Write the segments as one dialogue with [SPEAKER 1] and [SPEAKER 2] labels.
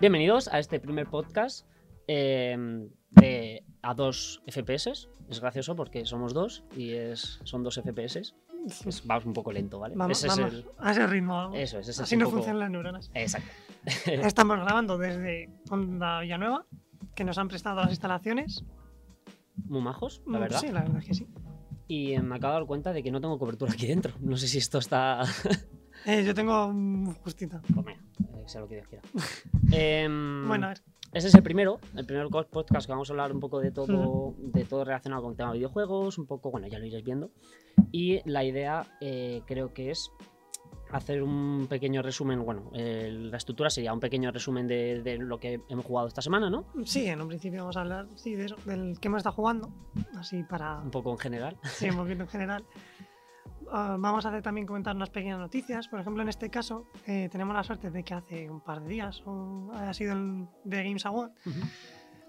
[SPEAKER 1] Bienvenidos a este primer podcast eh, de a dos FPS. Es gracioso porque somos dos y es, son dos FPS. Es- vamos un poco lento, ¿vale?
[SPEAKER 2] Vamos,
[SPEAKER 1] Ese es
[SPEAKER 2] vamos, a ese ritmo.
[SPEAKER 1] el- eso es, ese es
[SPEAKER 2] Así
[SPEAKER 1] un
[SPEAKER 2] no
[SPEAKER 1] poco-
[SPEAKER 2] funcionan las neuronas.
[SPEAKER 1] Exacto.
[SPEAKER 2] Estamos grabando desde Onda Villanueva, que nos han prestado las instalaciones.
[SPEAKER 1] Muy majos, la
[SPEAKER 2] Mm,
[SPEAKER 1] verdad.
[SPEAKER 2] Sí, la verdad es que sí.
[SPEAKER 1] Y eh, me acabo de dar cuenta de que no tengo cobertura aquí dentro. No sé si esto está.
[SPEAKER 2] Eh, yo tengo mm, justita.
[SPEAKER 1] Come, eh, sea lo que Dios quiera. Em,
[SPEAKER 2] Bueno, a ver.
[SPEAKER 1] Ese es el primero, el primer co- podcast que vamos a hablar un poco de todo, de todo relacionado con el tema de videojuegos, un poco, bueno, ya lo iréis viendo. Y la idea eh, creo que es hacer un pequeño resumen, bueno, eh, la estructura sería un pequeño resumen de, de lo que hemos jugado esta semana, ¿no?
[SPEAKER 2] Sí, en un principio vamos a hablar sí, de eso, del que hemos estado jugando, así para
[SPEAKER 1] Un poco en general.
[SPEAKER 2] sí, hemos visto en general. Ah, vamos a hacer también comentar unas pequeñas noticias. Por ejemplo, en este caso, eh, tenemos la suerte de que hace un par de días o, ha sido el de Games Award.
[SPEAKER 1] Ujú.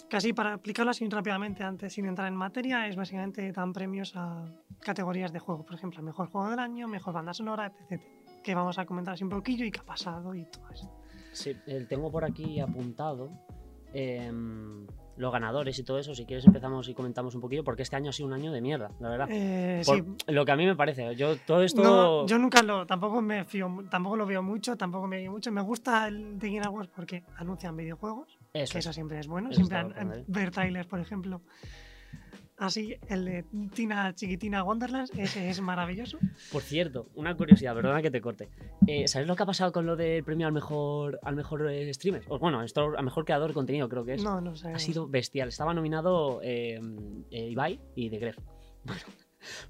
[SPEAKER 2] Casi para explicarlo así rápidamente, antes sin entrar en materia, es básicamente dan premios a categorías de juego. Por ejemplo, mejor juego del año, mejor banda sonora, etc. Que vamos a comentar así un poquillo y qué ha pasado y todo eso.
[SPEAKER 1] Sí, eh, tengo por aquí apuntado em, los ganadores y todo eso. Si quieres empezamos y comentamos un poquillo, porque este año ha sido un año de mierda, la verdad.
[SPEAKER 2] Eh,
[SPEAKER 1] Ah, Por
[SPEAKER 2] sí,
[SPEAKER 1] Lo que a mí me parece, yo todo esto...
[SPEAKER 2] No, yo nunca lo, tampoco me fío, mu- tampoco lo veo mucho, tampoco me guío mucho. Me gusta el de Game Awards porque anuncian videojuegos,
[SPEAKER 1] Eso
[SPEAKER 2] que
[SPEAKER 1] es.
[SPEAKER 2] eso siempre es bueno.
[SPEAKER 1] Eso
[SPEAKER 2] siempre
[SPEAKER 1] estaba
[SPEAKER 2] an-
[SPEAKER 1] pensando,
[SPEAKER 2] ver trailers, por ejemplo. Así, el de Tina Chiquitina Wonderlands, ese es maravilloso.
[SPEAKER 1] Por cierto, una curiosidad, perdona que te corte. Eh, ¿Sabes lo que ha pasado con lo del premio al mejor, al mejor eh, streamer? O, bueno, esto- al mejor creador de contenido creo que es.
[SPEAKER 2] No, no sé.
[SPEAKER 1] Ha sido bestial. Estaba nominado eh, eh, Ibai y The Gref. Bueno,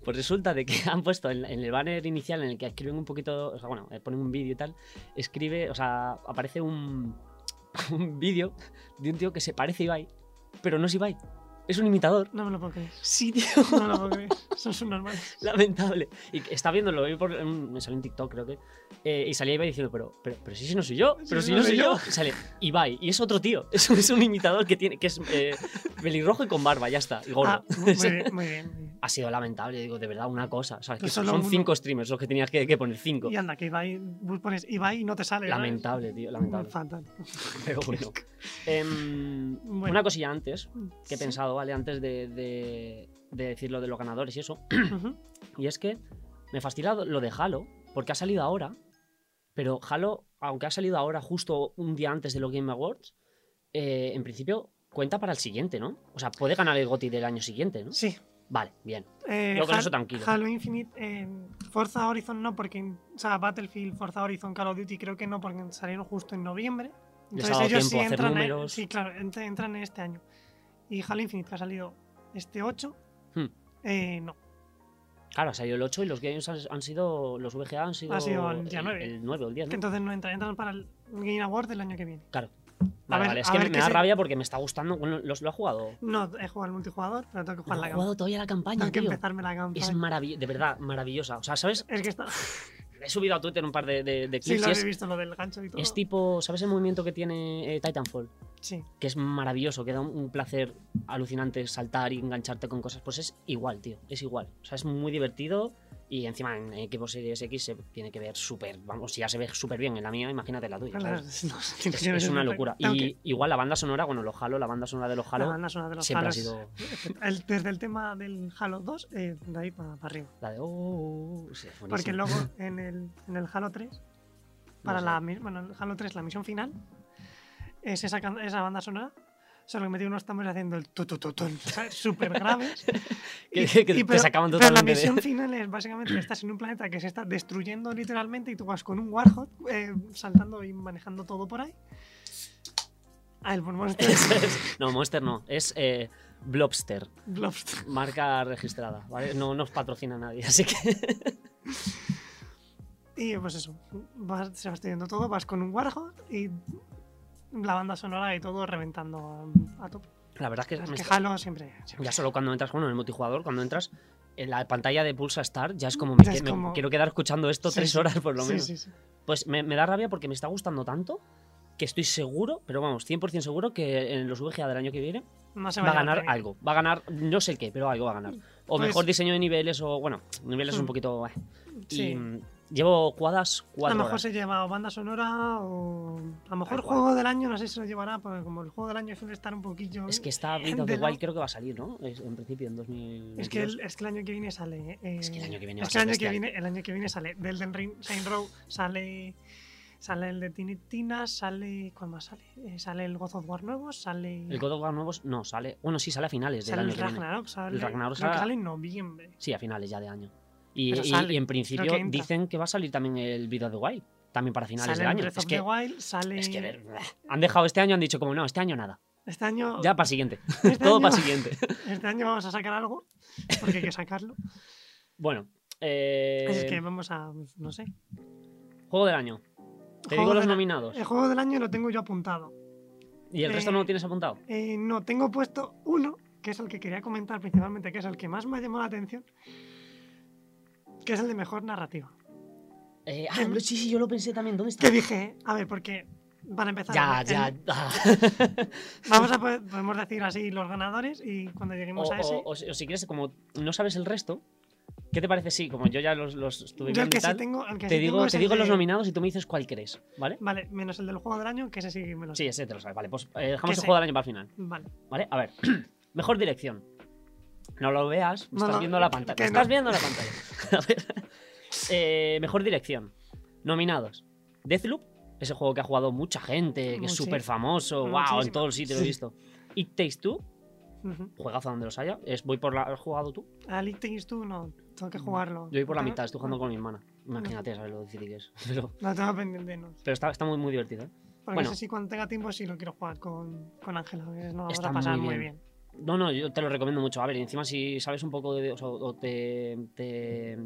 [SPEAKER 1] pues resulta de que han puesto en, en el banner inicial en el que escriben un poquito, o sea, bueno, eh, ponen un vídeo y tal, escribe, o sea, aparece un, un vídeo de un tío que se parece a Ibai, pero no es Ibai. Es un imitador.
[SPEAKER 2] No me lo puedo creer.
[SPEAKER 1] Sí, tío.
[SPEAKER 2] No me lo puedo creer. Son sus normales.
[SPEAKER 1] Lamentable. Y que está viéndolo, vi por- en un- me salió en TikTok, creo que. eh, y salía Ibai diciendo, pero, pero, pero si ese no soy yo,
[SPEAKER 2] Si
[SPEAKER 1] pero
[SPEAKER 2] ese
[SPEAKER 1] si no soy yo. Y sale Ibai, y es otro tío. Es, un- es un imitador que tiene que es eh, pelirrojo y con barba, ya está, y gordo.
[SPEAKER 2] Ah, muy bien, muy bien, muy bien.
[SPEAKER 1] Ha sido lamentable, digo, de verdad, una cosa. O sea, que
[SPEAKER 2] Pues
[SPEAKER 1] son
[SPEAKER 2] solo uno.
[SPEAKER 1] cinco streamers los que tenías que, que poner, cinco.
[SPEAKER 2] Y anda, que Ibai, vos pones Ibai y no te sale. ¿sabes?
[SPEAKER 1] Lamentable, tío, lamentable.
[SPEAKER 2] Fatal.
[SPEAKER 1] Pero bueno. Em,
[SPEAKER 2] Bueno.
[SPEAKER 1] Una cosilla antes, que he
[SPEAKER 2] Sí.
[SPEAKER 1] pensado, ¿vale? Antes de, de, de decir lo de los ganadores y eso.
[SPEAKER 2] Ujú.
[SPEAKER 1] Y es que me fascina lo de Halo, porque ha salido ahora, pero Halo, aunque ha salido ahora justo un día antes de los Game Awards, eh, en principio cuenta para el siguiente, ¿no? O sea, puede ganar el GOTY del año siguiente, ¿no?
[SPEAKER 2] Sí,
[SPEAKER 1] Vale, bien.
[SPEAKER 2] Eh,
[SPEAKER 1] Yo con
[SPEAKER 2] Hal-
[SPEAKER 1] eso tranquilo.
[SPEAKER 2] Halo Infinite, eh, Forza Horizon no, porque. O sea, Battlefield, Forza Horizon, Call of Duty, creo que no, porque salieron justo en noviembre.
[SPEAKER 1] Les ha dado tiempo a hacer
[SPEAKER 2] entran en-
[SPEAKER 1] números.
[SPEAKER 2] sí, claro, ent- entran en este año. Y Halo Infinite, que ha salido este 8,
[SPEAKER 1] Hmm.
[SPEAKER 2] eh, no.
[SPEAKER 1] Claro, ha salido el 8 y los games han, han sido. Los VGA han sido.
[SPEAKER 2] Ha sido el día nueve.
[SPEAKER 1] El, 9 o el 10, ¿no?
[SPEAKER 2] Entonces no entran, entran para el Game Award del año que viene.
[SPEAKER 1] Claro.
[SPEAKER 2] A
[SPEAKER 1] Vale,
[SPEAKER 2] ver,
[SPEAKER 1] vale, Es
[SPEAKER 2] a
[SPEAKER 1] que me,
[SPEAKER 2] ver
[SPEAKER 1] me
[SPEAKER 2] qué
[SPEAKER 1] da
[SPEAKER 2] se-
[SPEAKER 1] rabia porque me está gustando. Bueno, ¿los- ¿lo, ha jugado?
[SPEAKER 2] No, he jugado al multijugador, pero tengo que
[SPEAKER 1] No
[SPEAKER 2] jugar
[SPEAKER 1] he
[SPEAKER 2] la campaña.
[SPEAKER 1] jugado todavía la campaña,
[SPEAKER 2] Tengo que
[SPEAKER 1] tío.
[SPEAKER 2] empezarme la campaña.
[SPEAKER 1] Es maravillosa, de verdad, maravillosa. O sea, ¿sabes?
[SPEAKER 2] Es que está.
[SPEAKER 1] He subido a Twitter un par de, de, de
[SPEAKER 2] Sí,
[SPEAKER 1] clips
[SPEAKER 2] lo
[SPEAKER 1] y
[SPEAKER 2] he
[SPEAKER 1] es,
[SPEAKER 2] visto, lo del gancho y todo.
[SPEAKER 1] es tipo. ¿Sabes el movimiento que tiene eh, Titanfall?
[SPEAKER 2] Sí.
[SPEAKER 1] que es maravilloso, que da un- un placer alucinante saltar y engancharte con cosas, pues es igual, tío, es igual. O sea, es muy divertido y encima en Equipos Series X se tiene que ver súper, vamos, si ya se ve súper bien en la mía, imagínate la tuya.
[SPEAKER 2] Claro,
[SPEAKER 1] ¿sabes?
[SPEAKER 2] no,
[SPEAKER 1] Es, es una locura.
[SPEAKER 2] Tengo que-
[SPEAKER 1] Y igual la banda sonora, bueno, los Halo, la banda sonora de los
[SPEAKER 2] la
[SPEAKER 1] Halo
[SPEAKER 2] banda sonora de los
[SPEAKER 1] siempre ha
[SPEAKER 2] Halos.
[SPEAKER 1] sido
[SPEAKER 2] El- desde el tema del Halo 2, eh, de ahí para, arriba.
[SPEAKER 1] la de... oh, oh, oh, sí, buenísimo.
[SPEAKER 2] Porque luego en el, en el Halo 3, para
[SPEAKER 1] sé.
[SPEAKER 2] la, mi- bueno, en el Halo 3, la misión final, es esa, can- esa banda sonora, solo que metí unos tambores haciendo el tu, tu, tu, tun, ¿sabes? súper graves.
[SPEAKER 1] Que-
[SPEAKER 2] Y-
[SPEAKER 1] que te
[SPEAKER 2] y pero-
[SPEAKER 1] sacaban
[SPEAKER 2] Pero la
[SPEAKER 1] totalmente de-
[SPEAKER 2] misión final es básicamente estás en un planeta que se está destruyendo literalmente y tú vas con un Warhog eh, saltando y manejando todo por ahí. Ah, el Monster
[SPEAKER 1] no, Monster no, es eh, Blobster,
[SPEAKER 2] Blobster.
[SPEAKER 1] marca registrada, ¿vale? No nos patrocina nadie, así que...
[SPEAKER 2] Y pues eso, vas, se va estudiando todo, vas con un Warhol y la banda sonora y todo reventando a, a tope.
[SPEAKER 1] La verdad es que...
[SPEAKER 2] Es
[SPEAKER 1] me
[SPEAKER 2] que
[SPEAKER 1] está-
[SPEAKER 2] Halo siempre. siempre.
[SPEAKER 1] Ya solo cuando entras, bueno, en el multijugador, cuando entras, en la pantalla de Pulsa Start ya es como me,
[SPEAKER 2] Ya es
[SPEAKER 1] que- me
[SPEAKER 2] como-
[SPEAKER 1] quiero quedar escuchando esto
[SPEAKER 2] Sí,
[SPEAKER 1] tres
[SPEAKER 2] sí.
[SPEAKER 1] horas por lo
[SPEAKER 2] Sí,
[SPEAKER 1] menos.
[SPEAKER 2] sí, sí.
[SPEAKER 1] Pues me, me da rabia porque me está gustando tanto que estoy seguro, pero vamos, 100% seguro que en los VGA del año que viene
[SPEAKER 2] No se
[SPEAKER 1] va a
[SPEAKER 2] llevar
[SPEAKER 1] ganar
[SPEAKER 2] premio.
[SPEAKER 1] algo. Va a ganar, no sé qué, pero algo va a ganar. O
[SPEAKER 2] Pues-
[SPEAKER 1] mejor diseño de niveles, o bueno, niveles
[SPEAKER 2] Hmm.
[SPEAKER 1] un poquito. eh.
[SPEAKER 2] Sí.
[SPEAKER 1] Y mm, llevo jugadas
[SPEAKER 2] A lo
[SPEAKER 1] cuatro.
[SPEAKER 2] mejor
[SPEAKER 1] horas.
[SPEAKER 2] se lleva o banda sonora o. A lo mejor
[SPEAKER 1] Tal cual.
[SPEAKER 2] juego del año, no sé si se lo llevará, porque como el juego del año suele estar un poquillo.
[SPEAKER 1] Es que está Breath of the
[SPEAKER 2] de la-
[SPEAKER 1] Wild, creo que va a salir, ¿no? Es- en principio, en 2000.
[SPEAKER 2] Es que, el, es que el año que viene sale. eh,
[SPEAKER 1] Es que el año que viene va
[SPEAKER 2] es
[SPEAKER 1] a
[SPEAKER 2] que el
[SPEAKER 1] ser bestial.
[SPEAKER 2] año que viene, el año que viene sale. Del Elden Ring, Saint Row, sale. Sale el de Tinitina, sale. ¿Cuál más sale? Eh, sale el God of War nuevo, sale.
[SPEAKER 1] El God of War nuevos no sale. Bueno, sí, sale a finales del
[SPEAKER 2] sale
[SPEAKER 1] año
[SPEAKER 2] el
[SPEAKER 1] que viene.
[SPEAKER 2] Ragnarok, sale.
[SPEAKER 1] El Ragnarok
[SPEAKER 2] creo que
[SPEAKER 1] sale-
[SPEAKER 2] sale en noviembre.
[SPEAKER 1] Sí, a finales ya de año. Y,
[SPEAKER 2] Pero
[SPEAKER 1] y-
[SPEAKER 2] sale,
[SPEAKER 1] y en
[SPEAKER 2] creo
[SPEAKER 1] principio
[SPEAKER 2] que entra.
[SPEAKER 1] dicen que va a salir también el Breath of the Wild. También para finales
[SPEAKER 2] sale
[SPEAKER 1] del
[SPEAKER 2] el
[SPEAKER 1] año.
[SPEAKER 2] Breath
[SPEAKER 1] Es
[SPEAKER 2] of the
[SPEAKER 1] que,
[SPEAKER 2] Wild, sale.
[SPEAKER 1] es que ver, han dejado este año, han dicho como no, este año nada.
[SPEAKER 2] Este año.
[SPEAKER 1] Ya para siguiente.
[SPEAKER 2] este
[SPEAKER 1] Todo
[SPEAKER 2] año-
[SPEAKER 1] para siguiente.
[SPEAKER 2] Este año vamos a sacar algo, porque hay que sacarlo.
[SPEAKER 1] Bueno, eh,
[SPEAKER 2] Así que vamos a, no sé.
[SPEAKER 1] juego del año. Te
[SPEAKER 2] Juego
[SPEAKER 1] digo los
[SPEAKER 2] del-
[SPEAKER 1] nominados.
[SPEAKER 2] El juego del año lo tengo yo apuntado.
[SPEAKER 1] ¿Y el resto
[SPEAKER 2] eh,
[SPEAKER 1] no lo tienes apuntado?
[SPEAKER 2] Eh, no, tengo puesto uno, que es el que quería comentar principalmente, que es el que más me ha llamado la atención, que es el de mejor narrativa.
[SPEAKER 1] Eh, ah,
[SPEAKER 2] em,
[SPEAKER 1] lo- sí, sí, yo lo pensé también. ¿Dónde está?
[SPEAKER 2] Que dije, a ver, porque van a empezar.
[SPEAKER 1] Ya,
[SPEAKER 2] el-
[SPEAKER 1] ya. ah.
[SPEAKER 2] Vamos a poder- podemos decir así los ganadores y cuando lleguemos
[SPEAKER 1] O,
[SPEAKER 2] a ese.
[SPEAKER 1] o- o si- o si quieres, como no sabes el resto, ¿qué te parece? Sí, como yo ya los, los estuve
[SPEAKER 2] yo el
[SPEAKER 1] viendo
[SPEAKER 2] que
[SPEAKER 1] y
[SPEAKER 2] sí
[SPEAKER 1] tal.
[SPEAKER 2] tengo, el que
[SPEAKER 1] te
[SPEAKER 2] sí
[SPEAKER 1] digo,
[SPEAKER 2] tengo es
[SPEAKER 1] te
[SPEAKER 2] el
[SPEAKER 1] digo los
[SPEAKER 2] de-
[SPEAKER 1] nominados y tú me dices cuál crees, ¿vale?
[SPEAKER 2] Vale, menos el del juego del año, que ese sí me lo
[SPEAKER 1] Sí, ese te lo sabes. Vale, pues eh,
[SPEAKER 2] Que
[SPEAKER 1] dejamos el
[SPEAKER 2] sé.
[SPEAKER 1] juego del año para el final,
[SPEAKER 2] Vale.
[SPEAKER 1] ¿vale? A ver, mejor dirección. No lo veas,
[SPEAKER 2] No,
[SPEAKER 1] estás
[SPEAKER 2] no,
[SPEAKER 1] viendo la
[SPEAKER 2] que
[SPEAKER 1] pantalla.
[SPEAKER 2] no.
[SPEAKER 1] Estás viendo la pantalla. A ver. Eh, mejor dirección. Nominados. Deathloop, ese juego que ha jugado mucha gente, que es
[SPEAKER 2] Muchi-
[SPEAKER 1] súper famoso, wow, en
[SPEAKER 2] muchísima.
[SPEAKER 1] todo el sitio lo he
[SPEAKER 2] Sí.
[SPEAKER 1] visto. It Takes Two,
[SPEAKER 2] Ujú.
[SPEAKER 1] juegazo donde los haya. Es, voy por la, ¿Has jugado tú?
[SPEAKER 2] Al It Takes Two no, tengo que jugarlo.
[SPEAKER 1] Mm.
[SPEAKER 2] Ah,
[SPEAKER 1] Yo voy por la
[SPEAKER 2] Tengo-
[SPEAKER 1] mitad, estoy jugando con mi hermana. Imagínate, sabes lo difícil que es. Ah. Pero,
[SPEAKER 2] No tengo pendiente, no.
[SPEAKER 1] pero está, está muy, muy divertido. ¿eh?
[SPEAKER 2] Porque
[SPEAKER 1] Bueno.
[SPEAKER 2] ese sí, cuando tenga tiempo, sí lo quiero jugar con con Ángela. que nos vamos
[SPEAKER 1] Está
[SPEAKER 2] a pasar
[SPEAKER 1] muy
[SPEAKER 2] muy
[SPEAKER 1] bien.
[SPEAKER 2] bien.
[SPEAKER 1] No, no, yo te lo recomiendo mucho. A ver, y encima si sabes un poco de... O, sea, o te, te-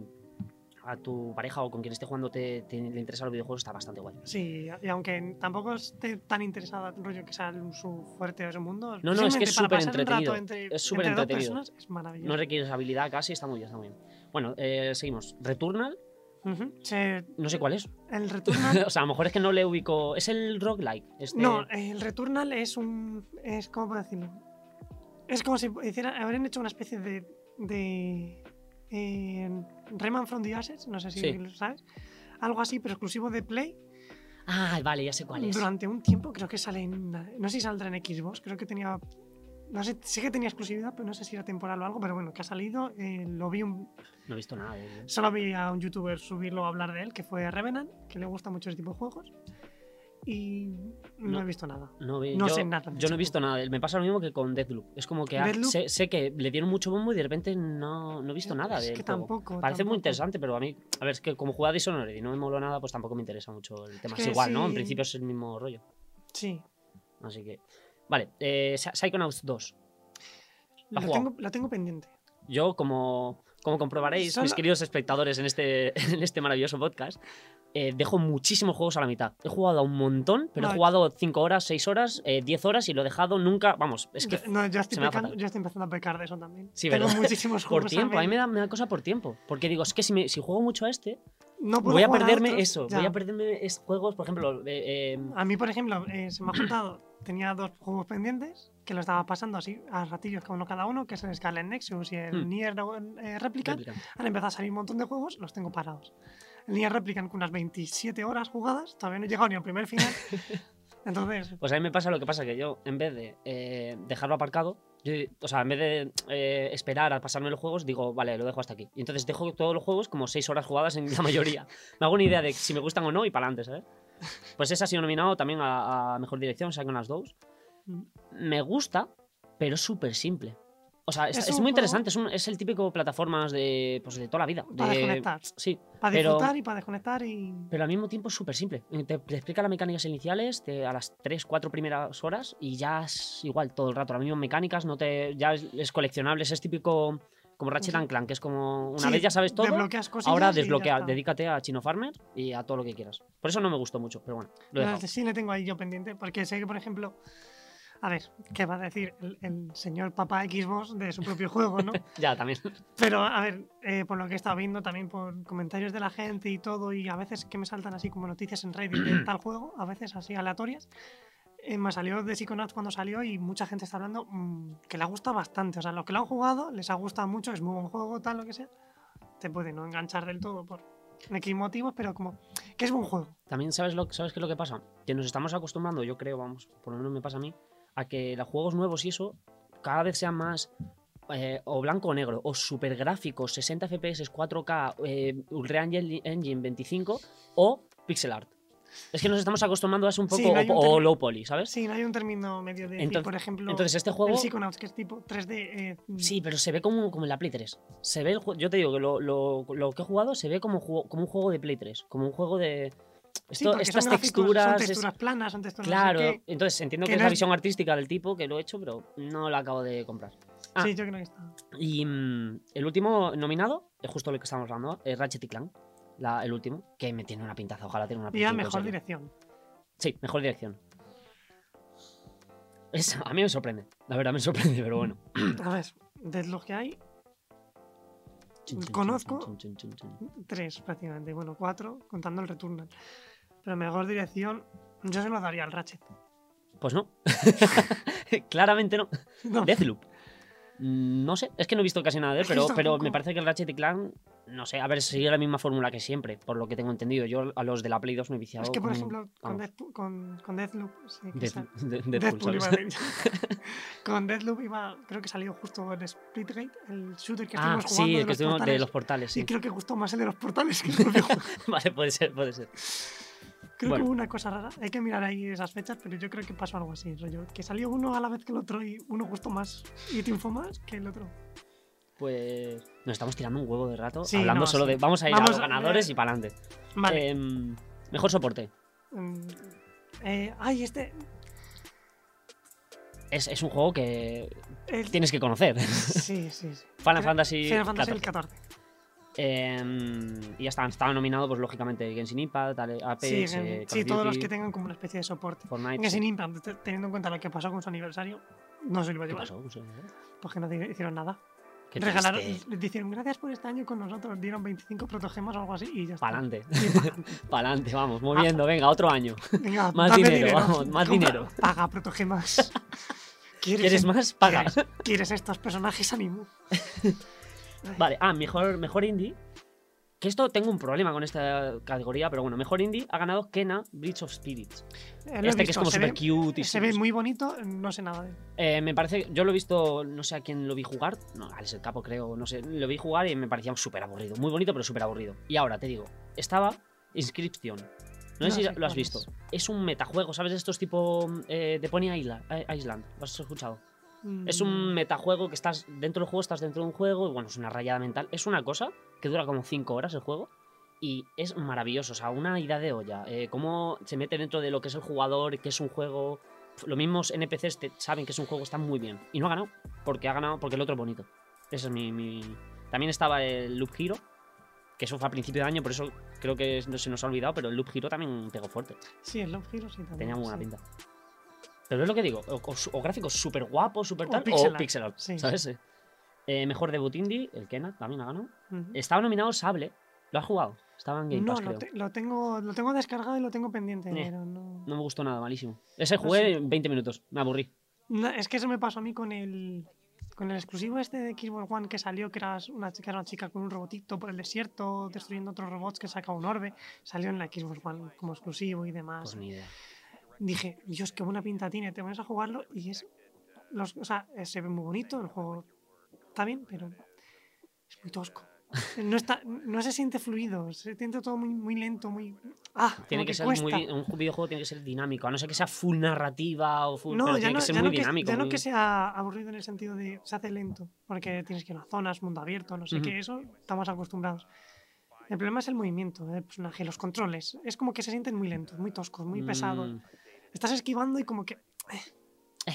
[SPEAKER 1] A tu pareja o con quien esté jugando te, te- le interesa los videojuegos, está bastante guay.
[SPEAKER 2] Sí, y aunque tampoco esté tan interesada rollo que sea el- su fuerte o su mundo.
[SPEAKER 1] No, no, es que es
[SPEAKER 2] simplemente para
[SPEAKER 1] súper
[SPEAKER 2] pasar un
[SPEAKER 1] entretenido,
[SPEAKER 2] rato entre-
[SPEAKER 1] es súper
[SPEAKER 2] entre dos
[SPEAKER 1] entretenido.
[SPEAKER 2] personas es maravilloso.
[SPEAKER 1] No requieres habilidad casi, está muy bien, está muy bien. Bueno, eh, seguimos. Returnal,
[SPEAKER 2] Ujú. Se-
[SPEAKER 1] no sé cuál es.
[SPEAKER 2] el Returnal.
[SPEAKER 1] o sea, a lo mejor es que no le ubico... Es el roguelike. Este...
[SPEAKER 2] no, el Returnal es un. Es, ¿Cómo puedo decirlo? Es como si hicieran, habrían hecho una especie de. de eh, Rayman from the Ashes, no sé si
[SPEAKER 1] Sí.
[SPEAKER 2] lo sabes. Algo así, pero exclusivo de Play.
[SPEAKER 1] Ah, vale, ya sé cuál es.
[SPEAKER 2] Durante un tiempo creo que sale en. No sé si saldrá en Xbox, creo que tenía. No sé, sí que tenía exclusividad, pero no sé si era temporal o algo, pero bueno, que ha salido. eh, lo vi un,
[SPEAKER 1] No he visto nada de ello.
[SPEAKER 2] solo vi a un youtuber subirlo a hablar de él, que fue Revenant, que le gusta mucho ese tipo de juegos. Y no,
[SPEAKER 1] No.
[SPEAKER 2] he visto nada.
[SPEAKER 1] No, vi-
[SPEAKER 2] No
[SPEAKER 1] yo,
[SPEAKER 2] sé nada de
[SPEAKER 1] Yo no
[SPEAKER 2] ese
[SPEAKER 1] he visto nada. Me pasa lo mismo que con Deathloop. Es como que ah,
[SPEAKER 2] Deathloop-
[SPEAKER 1] sé, sé que le dieron mucho bombo y de repente no, no he visto nada
[SPEAKER 2] Eh, Es
[SPEAKER 1] de
[SPEAKER 2] que tampoco.
[SPEAKER 1] Parece
[SPEAKER 2] tampoco.
[SPEAKER 1] muy interesante, pero a mí, a ver, es que como jugaba Dishonored y no me moló nada, pues tampoco me interesa mucho el tema.
[SPEAKER 2] que
[SPEAKER 1] es igual, ¿no? En
[SPEAKER 2] sí.
[SPEAKER 1] principio es el mismo rollo.
[SPEAKER 2] Sí.
[SPEAKER 1] Así que. Vale, eh, Psy- Psychonauts 2. ¿Lo
[SPEAKER 2] Lo
[SPEAKER 1] has
[SPEAKER 2] tengo, lo tengo pendiente.
[SPEAKER 1] Yo, como, como comprobaréis,
[SPEAKER 2] Solo-
[SPEAKER 1] mis queridos espectadores en este, en este maravilloso podcast, eh, dejo muchísimos juegos a la mitad. He jugado a un montón, pero he
[SPEAKER 2] No,
[SPEAKER 1] jugado 5 horas, 6 horas, 10 horas y lo he dejado nunca. Vamos, es que
[SPEAKER 2] Yo- no, yo estoy,
[SPEAKER 1] se me da
[SPEAKER 2] pecando-
[SPEAKER 1] fatal.
[SPEAKER 2] yo estoy empezando a pecar de eso también.
[SPEAKER 1] Sí,
[SPEAKER 2] tengo
[SPEAKER 1] ¿verdad?
[SPEAKER 2] muchísimos juegos.
[SPEAKER 1] por tiempo, a mí
[SPEAKER 2] ver.
[SPEAKER 1] me da, me da cosa por tiempo. Porque digo, es que si, me- si juego mucho a este,
[SPEAKER 2] No puedo
[SPEAKER 1] voy a
[SPEAKER 2] jugar
[SPEAKER 1] perderme
[SPEAKER 2] otros,
[SPEAKER 1] eso.
[SPEAKER 2] ya.
[SPEAKER 1] Voy a perderme es- juegos, por ejemplo, eh, eh,
[SPEAKER 2] A mí, por ejemplo, eh, se me ha juntado. Tenía dos juegos pendientes que lo estaba pasando así a ratillos con uno cada uno, que es el Scarlet Nexus y el
[SPEAKER 1] Hmm.
[SPEAKER 2] Nier eh, Replicant.
[SPEAKER 1] Replicant.
[SPEAKER 2] Han empezado a salir un montón de juegos, los tengo parados. El Nier Replicant con unas 27 horas jugadas, todavía no he llegado ni al primer final. Entonces,
[SPEAKER 1] Pues a mí me pasa lo que pasa, que yo, en vez de eh, dejarlo aparcado, yo- o sea, en vez de eh, esperar a pasarme los juegos, digo, vale, lo dejo hasta aquí. Y entonces dejo todos los juegos como seis horas jugadas en la mayoría. me hago una idea de si me gustan o no y para adelante, ¿sabes? Pues ese ha sido nominado también a, a Mejor Dirección, Psychonauts 2.
[SPEAKER 2] Mm.
[SPEAKER 1] Me gusta, pero es súper simple. O sea, es, es
[SPEAKER 2] Es un
[SPEAKER 1] muy
[SPEAKER 2] juego-
[SPEAKER 1] interesante, es, un- es el típico plataformas de, pues, de toda la vida.
[SPEAKER 2] para
[SPEAKER 1] de-
[SPEAKER 2] desconectar.
[SPEAKER 1] Sí,
[SPEAKER 2] Para
[SPEAKER 1] pero-
[SPEAKER 2] disfrutar y para desconectar y.
[SPEAKER 1] pero al mismo tiempo es súper simple. Eh, Te, te explica las mecánicas iniciales te- a las 3, 4 primeras horas y ya es igual todo el rato. Las mismas mecánicas, no te, ya es, es coleccionable, es típico como Ratchet
[SPEAKER 2] Ujú.
[SPEAKER 1] and Clank, que es como una
[SPEAKER 2] Sí,
[SPEAKER 1] vez ya sabes todo,
[SPEAKER 2] desbloqueas cosillas
[SPEAKER 1] ahora
[SPEAKER 2] y ya
[SPEAKER 1] desbloquea,
[SPEAKER 2] está.
[SPEAKER 1] dedícate a Chino Farmer y a todo lo que quieras. Por eso no me gustó mucho, pero bueno, lo he
[SPEAKER 2] No,
[SPEAKER 1] dejado.
[SPEAKER 2] Sí, le tengo ahí yo pendiente, porque sé que, por ejemplo, a ver, ¿qué va a decir el, el señor papá Xbox de su propio juego, no?
[SPEAKER 1] Ya, también.
[SPEAKER 2] Pero, a ver, eh, por lo que he estado viendo también por comentarios de la gente y todo, y a veces que me saltan así como noticias en Reddit de tal juego, a veces así aleatorias, eh, me salió de Psychonauts cuando salió y mucha gente está hablando mm, que le ha gustado bastante. O sea, los que lo han jugado les ha gustado mucho, es muy buen juego, tal, lo que sea. Te puede no enganchar del todo por X motivos, pero como que es buen juego.
[SPEAKER 1] También sabes lo sabes qué es lo que pasa, que nos estamos acostumbrando, yo creo, vamos, por lo menos me pasa a mí, a que los juegos nuevos y eso cada vez sean más eh, o blanco o negro, o super gráficos, 60 FPS, 4K, eh, Unreal Engine 25 o pixel art. Es que nos estamos acostumbrando a eso un
[SPEAKER 2] Sí,
[SPEAKER 1] poco
[SPEAKER 2] no hay un
[SPEAKER 1] o, o
[SPEAKER 2] término-
[SPEAKER 1] low poly, ¿sabes?
[SPEAKER 2] Sí, no hay un término medio de. decir,
[SPEAKER 1] Entonces-
[SPEAKER 2] por ejemplo,
[SPEAKER 1] Entonces este
[SPEAKER 2] el
[SPEAKER 1] juego
[SPEAKER 2] Psychonauts, que es tipo 3D. eh, mm,
[SPEAKER 1] Sí, pero se ve como, como en la Play 3. Se ve el jue- Yo te digo que lo, lo- lo que he jugado se ve como, juego- como un juego de Play 3. Como un juego de.
[SPEAKER 2] sí,
[SPEAKER 1] Esto-
[SPEAKER 2] porque
[SPEAKER 1] estas
[SPEAKER 2] son gráficos,
[SPEAKER 1] texturas.
[SPEAKER 2] Son
[SPEAKER 1] es-
[SPEAKER 2] texturas planas, son texturas. no sé
[SPEAKER 1] Claro.
[SPEAKER 2] qué.
[SPEAKER 1] Entonces entiendo
[SPEAKER 2] que
[SPEAKER 1] que, es
[SPEAKER 2] no
[SPEAKER 1] la
[SPEAKER 2] es-
[SPEAKER 1] visión artística del tipo que lo he hecho, pero no la acabo de comprar. Ah.
[SPEAKER 2] Sí, yo creo que está.
[SPEAKER 1] Y mm, el último nominado, es justo lo que estamos hablando, es Ratchet y Clank. la- el último, que me tiene una pintaza, ojalá tiene una
[SPEAKER 2] Y a
[SPEAKER 1] pintaza.
[SPEAKER 2] mejor dirección.
[SPEAKER 1] Sí, mejor dirección. Es- a mí me sorprende, la verdad me sorprende, pero bueno.
[SPEAKER 2] A ver, de los que hay,
[SPEAKER 1] Chun, chun, chun,
[SPEAKER 2] Conozco-
[SPEAKER 1] chun, chun, chun, chun, chun.
[SPEAKER 2] tres prácticamente. Bueno, cuatro, contando el Returnal. Pero mejor dirección, yo se lo daría al Ratchet.
[SPEAKER 1] Pues no. Claramente no.
[SPEAKER 2] No,
[SPEAKER 1] Deathloop. Mm, No sé, es que no he visto casi nada de él,
[SPEAKER 2] Es que
[SPEAKER 1] pero,
[SPEAKER 2] yo
[SPEAKER 1] pero
[SPEAKER 2] tampoco.
[SPEAKER 1] me parece que el Ratchet y Clank, no sé, a ver, sigue la misma fórmula que siempre, por lo que tengo entendido. Yo a los de la Play 2 me he viciado.
[SPEAKER 2] es que, por
[SPEAKER 1] como-
[SPEAKER 2] ejemplo, con,
[SPEAKER 1] vamos.
[SPEAKER 2] Deathpo- con, con Deathloop. sí, que
[SPEAKER 1] Death-
[SPEAKER 2] sal-
[SPEAKER 1] de- Deadpool,
[SPEAKER 2] Deathpool
[SPEAKER 1] ¿sabes?
[SPEAKER 2] iba a decir. con Deathloop iba, creo que salió justo el Splitgate, el shooter que
[SPEAKER 1] Ah,
[SPEAKER 2] estuvimos jugando.
[SPEAKER 1] sí, el que
[SPEAKER 2] los
[SPEAKER 1] estuvimos de
[SPEAKER 2] portales.
[SPEAKER 1] los portales,
[SPEAKER 2] Sí,
[SPEAKER 1] sí.
[SPEAKER 2] creo que gustó más el de los portales que el propio juego.
[SPEAKER 1] Vale, puede ser, puede ser.
[SPEAKER 2] Creo
[SPEAKER 1] Bueno.
[SPEAKER 2] que hubo una cosa rara. Hay que mirar ahí esas fechas, pero yo creo que pasó algo así, rollo. Que salió uno a la vez que el otro y uno gustó más y triunfó más que el otro.
[SPEAKER 1] Pues nos estamos tirando un huevo de rato
[SPEAKER 2] Sí,
[SPEAKER 1] hablando
[SPEAKER 2] no,
[SPEAKER 1] solo
[SPEAKER 2] sí.
[SPEAKER 1] de vamos a ir
[SPEAKER 2] Vamos
[SPEAKER 1] a los
[SPEAKER 2] a-
[SPEAKER 1] ganadores y para adelante. Em,
[SPEAKER 2] Vale.
[SPEAKER 1] Eh, mejor soporte.
[SPEAKER 2] Mm, eh, ay, este.
[SPEAKER 1] Es, es un juego que
[SPEAKER 2] el-
[SPEAKER 1] tienes que conocer.
[SPEAKER 2] Sí, sí, sí.
[SPEAKER 1] Final
[SPEAKER 2] Creo-
[SPEAKER 1] Fantasy
[SPEAKER 2] Final Fantasy el
[SPEAKER 1] 14.
[SPEAKER 2] 14.
[SPEAKER 1] Em, y ya está, estaba nominado, pues lógicamente Genshin Impact, Ale- Apex,
[SPEAKER 2] Sí,
[SPEAKER 1] eh,
[SPEAKER 2] gen-
[SPEAKER 1] Call
[SPEAKER 2] sí,
[SPEAKER 1] of
[SPEAKER 2] todos los
[SPEAKER 1] Duty,
[SPEAKER 2] que tengan como una especie de soporte.
[SPEAKER 1] Fortnite.
[SPEAKER 2] Que
[SPEAKER 1] sí.
[SPEAKER 2] sin Impact, te- teniendo en cuenta lo que pasó con su aniversario, no se lo iba a
[SPEAKER 1] ¿Qué
[SPEAKER 2] llevar.
[SPEAKER 1] pasó? Un segundo.
[SPEAKER 2] Porque no di- hicieron nada.
[SPEAKER 1] Qué este?
[SPEAKER 2] Regalaron,
[SPEAKER 1] triste.
[SPEAKER 2] les dijeron gracias por este año con nosotros, dieron 25 protogemas o algo así y ya está.
[SPEAKER 1] Pa'lante,
[SPEAKER 2] Y pa'lante.
[SPEAKER 1] pa'lante, vamos, moviendo,
[SPEAKER 2] Ah.
[SPEAKER 1] venga, otro año.
[SPEAKER 2] Venga,
[SPEAKER 1] Más
[SPEAKER 2] dame
[SPEAKER 1] dinero, vamos, más dinero.
[SPEAKER 2] Paga protogemas. ¿Quieres,
[SPEAKER 1] ¿Quieres más? Paga.
[SPEAKER 2] ¿Quieres, quieres estos personajes ánimo?
[SPEAKER 1] Vale, ah, mejor, mejor indie. Que esto tengo un problema con esta categoría, pero bueno, mejor indie ha ganado Kena Bridge of Spirits.
[SPEAKER 2] Eh, lo he
[SPEAKER 1] Este que es
[SPEAKER 2] visto,
[SPEAKER 1] como
[SPEAKER 2] se
[SPEAKER 1] super
[SPEAKER 2] ve-
[SPEAKER 1] cute y sí,
[SPEAKER 2] Se ve
[SPEAKER 1] sí.
[SPEAKER 2] muy bonito, no sé nada de él.
[SPEAKER 1] Eh, me parece, yo lo he visto, no sé a quién lo vi jugar, no, Alex el Capo creo, no sé, lo vi jugar y me parecía súper aburrido, muy bonito pero súper aburrido. Y ahora te digo, estaba Inscripción, no, sé
[SPEAKER 2] No
[SPEAKER 1] si
[SPEAKER 2] sé
[SPEAKER 1] lo has
[SPEAKER 2] cuál
[SPEAKER 1] visto,
[SPEAKER 2] es.
[SPEAKER 1] es un metajuego, ¿sabes? Esto es tipo eh, de Pony Island, eh, Island, ¿lo has escuchado? Es un
[SPEAKER 2] Mm,
[SPEAKER 1] metajuego que estás dentro del juego, estás dentro de un juego, y bueno, es una rayada mental. Es una cosa que dura como 5 horas el juego y es maravilloso, o sea, una ida de olla. Eh, cómo se mete dentro de lo que es el jugador, que es un juego. Pf, Los mismos NPCs te- saben que es un juego, está muy bien. Y no ha ganado, porque ha ganado, porque el otro es bonito. Ese es mi. mi- También estaba el Loop Hero, que eso fue a principio de año, por eso creo que no se nos ha olvidado, pero el Loop Hero también pegó fuerte
[SPEAKER 2] Sí, el Love Hero sí también.
[SPEAKER 1] tenía muy buena
[SPEAKER 2] sí.
[SPEAKER 1] pinta. Pero es lo que digo, o, o su- o gráficos súper guapos, súper
[SPEAKER 2] O
[SPEAKER 1] tal,
[SPEAKER 2] pixel
[SPEAKER 1] o
[SPEAKER 2] art,
[SPEAKER 1] pixel art,
[SPEAKER 2] sí,
[SPEAKER 1] ¿sabes? Eh, mejor debut indie, el Kena también ha ganado.
[SPEAKER 2] Ujú.
[SPEAKER 1] Estaba nominado Sable, ¿lo has jugado? Estaba en Game
[SPEAKER 2] No,
[SPEAKER 1] Pass,
[SPEAKER 2] lo,
[SPEAKER 1] creo.
[SPEAKER 2] te- lo tengo, lo tengo descargado y lo tengo pendiente,
[SPEAKER 1] Eh.
[SPEAKER 2] pero no...
[SPEAKER 1] No me gustó nada, malísimo. Ese
[SPEAKER 2] No
[SPEAKER 1] jugué
[SPEAKER 2] sé.
[SPEAKER 1] 20 minutos, me aburrí.
[SPEAKER 2] No, Es que eso me pasó a mí con el, con el exclusivo este de Xbox One que salió, que era una, chica- era una chica con un robotito por el desierto, destruyendo otros robots que saca un orbe. Salió en la Xbox One como exclusivo y demás.
[SPEAKER 1] Pues ni idea.
[SPEAKER 2] Dije, Dios, qué buena pinta tiene, te pones a jugarlo y es... Los, o sea, eh, se ve muy bonito, el juego está bien, pero es muy tosco. No, está, no se siente fluido, se siente todo muy, muy lento, muy... Ah, como
[SPEAKER 1] Tiene que, ser
[SPEAKER 2] cuesta.
[SPEAKER 1] muy, di- un ju- videojuego tiene que ser dinámico, a no ser que sea full narrativa o full.
[SPEAKER 2] No,
[SPEAKER 1] pero
[SPEAKER 2] ya
[SPEAKER 1] tiene
[SPEAKER 2] no,
[SPEAKER 1] que ser
[SPEAKER 2] ya
[SPEAKER 1] muy
[SPEAKER 2] no que,
[SPEAKER 1] dinámico.
[SPEAKER 2] ya no
[SPEAKER 1] muy-
[SPEAKER 2] que sea aburrido en el sentido de se hace lento, porque tienes que ir a zonas, mundo abierto, no sé
[SPEAKER 1] Ujú.
[SPEAKER 2] qué, eso estamos acostumbrados. El problema es el movimiento del personaje, los controles. Es como que se sienten muy lentos, muy toscos, muy pesados.
[SPEAKER 1] Mm,
[SPEAKER 2] Estás esquivando y como que...
[SPEAKER 1] Eh.
[SPEAKER 2] eh.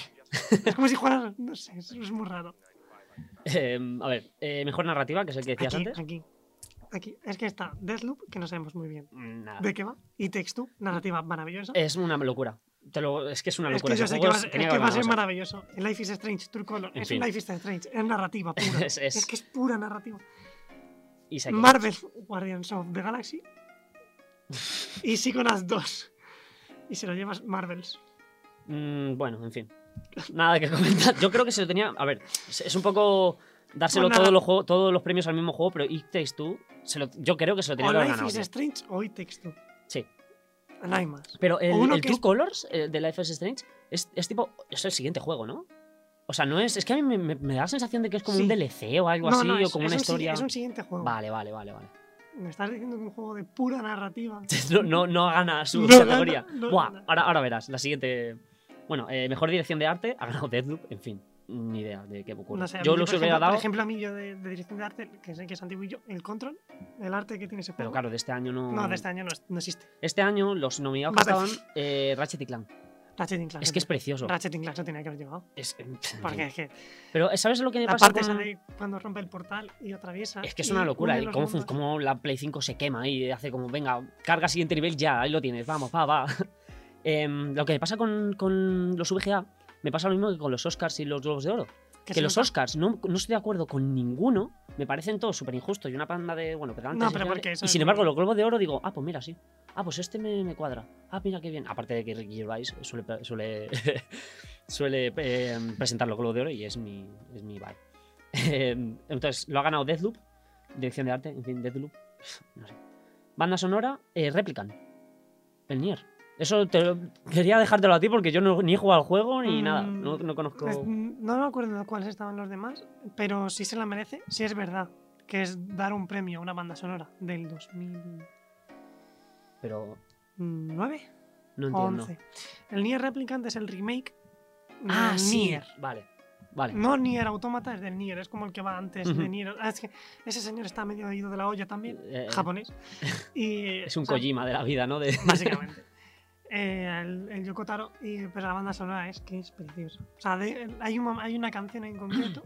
[SPEAKER 2] es como si jugaras... No sé, es, es muy raro.
[SPEAKER 1] em, a ver, eh, mejor narrativa, que es el que decías
[SPEAKER 2] Aquí,
[SPEAKER 1] antes.
[SPEAKER 2] aquí, aquí. Es que está Deathloop, que no sabemos muy bien
[SPEAKER 1] Mm, Nada.
[SPEAKER 2] de qué va, y Textu, narrativa maravillosa.
[SPEAKER 1] Es una locura. Te lo- es que es Eh, una
[SPEAKER 2] es
[SPEAKER 1] locura.
[SPEAKER 2] que yo
[SPEAKER 1] ese
[SPEAKER 2] sé que
[SPEAKER 1] juego
[SPEAKER 2] va, a
[SPEAKER 1] es-
[SPEAKER 2] ser- es
[SPEAKER 1] tenía
[SPEAKER 2] que
[SPEAKER 1] que
[SPEAKER 2] va a
[SPEAKER 1] haber
[SPEAKER 2] ser
[SPEAKER 1] ganado,
[SPEAKER 2] maravilloso. El Life is Strange, True Color,
[SPEAKER 1] En
[SPEAKER 2] es
[SPEAKER 1] fin.
[SPEAKER 2] un Life is Strange, es narrativa pura.
[SPEAKER 1] Es- es-
[SPEAKER 2] que es pura narrativa.
[SPEAKER 1] y se ha quedado.
[SPEAKER 2] Marvel Guardians of the Galaxy y Psychonauts 2. Y se lo llevas Marvels.
[SPEAKER 1] Mm, bueno, en fin. Nada que comentar. Yo creo que se lo tenía. A ver, es es un poco dárselo
[SPEAKER 2] Bueno,
[SPEAKER 1] todos,
[SPEAKER 2] nada.
[SPEAKER 1] los juego- todos los premios al mismo juego, pero It Takes Two, se lo- yo creo que se lo tenía
[SPEAKER 2] O
[SPEAKER 1] que haber
[SPEAKER 2] Life
[SPEAKER 1] ganado.
[SPEAKER 2] is
[SPEAKER 1] tío.
[SPEAKER 2] Strange o It Takes Two.
[SPEAKER 1] Sí.
[SPEAKER 2] No hay más.
[SPEAKER 1] Pero el,
[SPEAKER 2] O uno
[SPEAKER 1] el
[SPEAKER 2] que
[SPEAKER 1] True
[SPEAKER 2] es-
[SPEAKER 1] Colors eh, de Life is Strange es, es tipo. Es el siguiente juego, ¿no? O sea, no es. Es que a mí me, me- me da la sensación de que es como
[SPEAKER 2] Sí.
[SPEAKER 1] un DLC o algo así, o
[SPEAKER 2] es-
[SPEAKER 1] como
[SPEAKER 2] es
[SPEAKER 1] una
[SPEAKER 2] un si-
[SPEAKER 1] historia.
[SPEAKER 2] Es un siguiente juego.
[SPEAKER 1] Vale, vale, vale, vale.
[SPEAKER 2] Me estás diciendo que un juego de pura narrativa.
[SPEAKER 1] No, no, no gana su
[SPEAKER 2] No gana,
[SPEAKER 1] categoría.
[SPEAKER 2] no
[SPEAKER 1] Buah,
[SPEAKER 2] gana.
[SPEAKER 1] Ahora, ahora verás, la siguiente. Bueno, eh, mejor dirección de arte ha ganado Deathloop, en fin, ni idea de qué ocurre.
[SPEAKER 2] No sé, a
[SPEAKER 1] yo
[SPEAKER 2] mí,
[SPEAKER 1] lo
[SPEAKER 2] por,
[SPEAKER 1] que hubiera
[SPEAKER 2] ejemplo, por
[SPEAKER 1] dado,
[SPEAKER 2] ejemplo, a mí yo de, de dirección de arte, que sé que es antiguo y yo, el control, el arte que tiene ese
[SPEAKER 1] pero
[SPEAKER 2] juego.
[SPEAKER 1] claro, de este año no.
[SPEAKER 2] No, de este año no, es- no existe.
[SPEAKER 1] Este año los nominados que estaban,
[SPEAKER 2] Battlefield.
[SPEAKER 1] eh, Ratchet y Clank.
[SPEAKER 2] Ratchet Clank.
[SPEAKER 1] Es que es precioso.
[SPEAKER 2] Ratchet Clank se tenía que haber llevado.
[SPEAKER 1] Es-
[SPEAKER 2] Porque es que
[SPEAKER 1] Pero eh, ¿sabes lo que me
[SPEAKER 2] la
[SPEAKER 1] pasa?
[SPEAKER 2] parte esa
[SPEAKER 1] con-
[SPEAKER 2] de cuando rompe el portal y atraviesa.
[SPEAKER 1] Es que es
[SPEAKER 2] y
[SPEAKER 1] una locura.
[SPEAKER 2] une
[SPEAKER 1] Y
[SPEAKER 2] los
[SPEAKER 1] cómo, fun-
[SPEAKER 2] mundos.
[SPEAKER 1] cómo la Play 5 se quema y hace como, venga, carga siguiente nivel ya, ahí lo tienes, vamos, va, va. Em, lo que me pasa con, con los VGA, me pasa lo mismo que con los Oscars y los Globos de Oro. Que,
[SPEAKER 2] se
[SPEAKER 1] los
[SPEAKER 2] nota.
[SPEAKER 1] Oscars no, no estoy de acuerdo con ninguno, me parecen todos súper injustos y una panda de, bueno, pero antes
[SPEAKER 2] No,
[SPEAKER 1] y
[SPEAKER 2] pero
[SPEAKER 1] finales.
[SPEAKER 2] porque
[SPEAKER 1] Y
[SPEAKER 2] eso es
[SPEAKER 1] sin
[SPEAKER 2] lo-
[SPEAKER 1] embargo, los Globos de Oro digo, ah, pues mira, sí. Ah, pues este me, me cuadra. Ah, mira qué bien. Aparte de que Ricky Gervais suele, suele, suele eh, presentar los Globos de Oro y es mi, es mi vibe. Em, Entonces, lo ha ganado Deathloop, dirección de arte, en fin, Deathloop. No sé. Banda sonora, eh, Replicant. El Nier. Eso te lo- quería dejártelo a ti porque yo no, ni he jugado al juego ni nada.
[SPEAKER 2] Mm,
[SPEAKER 1] No, no conozco.
[SPEAKER 2] Es- No me acuerdo de cuáles estaban los demás, pero sí se la merece, sí es verdad, que es dar un premio a una banda sonora del 2009
[SPEAKER 1] Pero no
[SPEAKER 2] o
[SPEAKER 1] entiendo.
[SPEAKER 2] 11. El Nier Replicant es el remake
[SPEAKER 1] Ah,
[SPEAKER 2] del
[SPEAKER 1] sí.
[SPEAKER 2] Nier.
[SPEAKER 1] Vale, vale.
[SPEAKER 2] No Nier Automata, es del Nier, es como el que va antes
[SPEAKER 1] Ujú.
[SPEAKER 2] de Nier. Ah, Es que ese señor está medio ido de la olla también,
[SPEAKER 1] Eh,
[SPEAKER 2] japonés. Y,
[SPEAKER 1] es un
[SPEAKER 2] o sea,
[SPEAKER 1] Kojima de la vida, ¿no? De...
[SPEAKER 2] Básicamente. Eh, el, el Yoko Taro, y, pero la banda sonora es que es preciosa. O sea, de- hay, un mom- hay una canción en concreto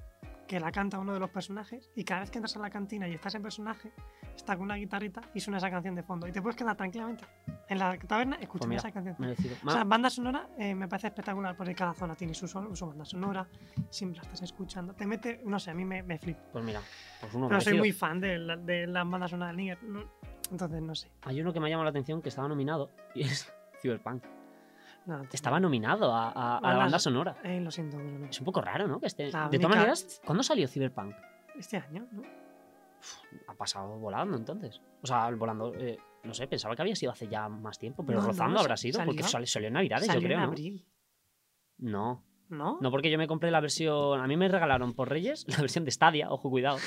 [SPEAKER 2] que la canta uno de los personajes y cada vez que entras a la cantina y estás en personaje, está con una guitarrita y suena esa canción de fondo. Y te puedes quedar tranquilamente en la taberna escuchando
[SPEAKER 1] Pues mira,
[SPEAKER 2] esa canción.
[SPEAKER 1] merecido.
[SPEAKER 2] O sea, banda sonora eh, me parece espectacular porque cada zona tiene su, son- su banda sonora, siempre la estás escuchando. Te mete, no sé, a mí me, me flipa.
[SPEAKER 1] pues mira, pues uno
[SPEAKER 2] Pero soy
[SPEAKER 1] merecido.
[SPEAKER 2] muy fan de la, de la banda sonora de Nier, no- entonces no sé.
[SPEAKER 1] Hay uno que me ha llamado la atención que estaba nominado y es Cyberpunk.
[SPEAKER 2] No,
[SPEAKER 1] Estaba nominado a, a- a la
[SPEAKER 2] Banda-
[SPEAKER 1] banda sonora.
[SPEAKER 2] eh, lo siento, pero no.
[SPEAKER 1] Es un poco raro, ¿no? Que esté...
[SPEAKER 2] La
[SPEAKER 1] De todas
[SPEAKER 2] única-
[SPEAKER 1] maneras, ¿cuándo salió Cyberpunk?
[SPEAKER 2] Este año, ¿no?
[SPEAKER 1] Ha pasado volando entonces. O sea, volando. eh, no sé, pensaba que había sido hace ya más tiempo, pero
[SPEAKER 2] No, no,
[SPEAKER 1] rozando habrá
[SPEAKER 2] sa-
[SPEAKER 1] sido, porque
[SPEAKER 2] salió-
[SPEAKER 1] sal- salió en Navidades,
[SPEAKER 2] Salió
[SPEAKER 1] yo creo.
[SPEAKER 2] en
[SPEAKER 1] ¿no?
[SPEAKER 2] abril,
[SPEAKER 1] no,
[SPEAKER 2] ¿no?
[SPEAKER 1] No, porque yo me compré la versión. A mí me regalaron por Reyes la versión de Stadia, ojo, cuidado,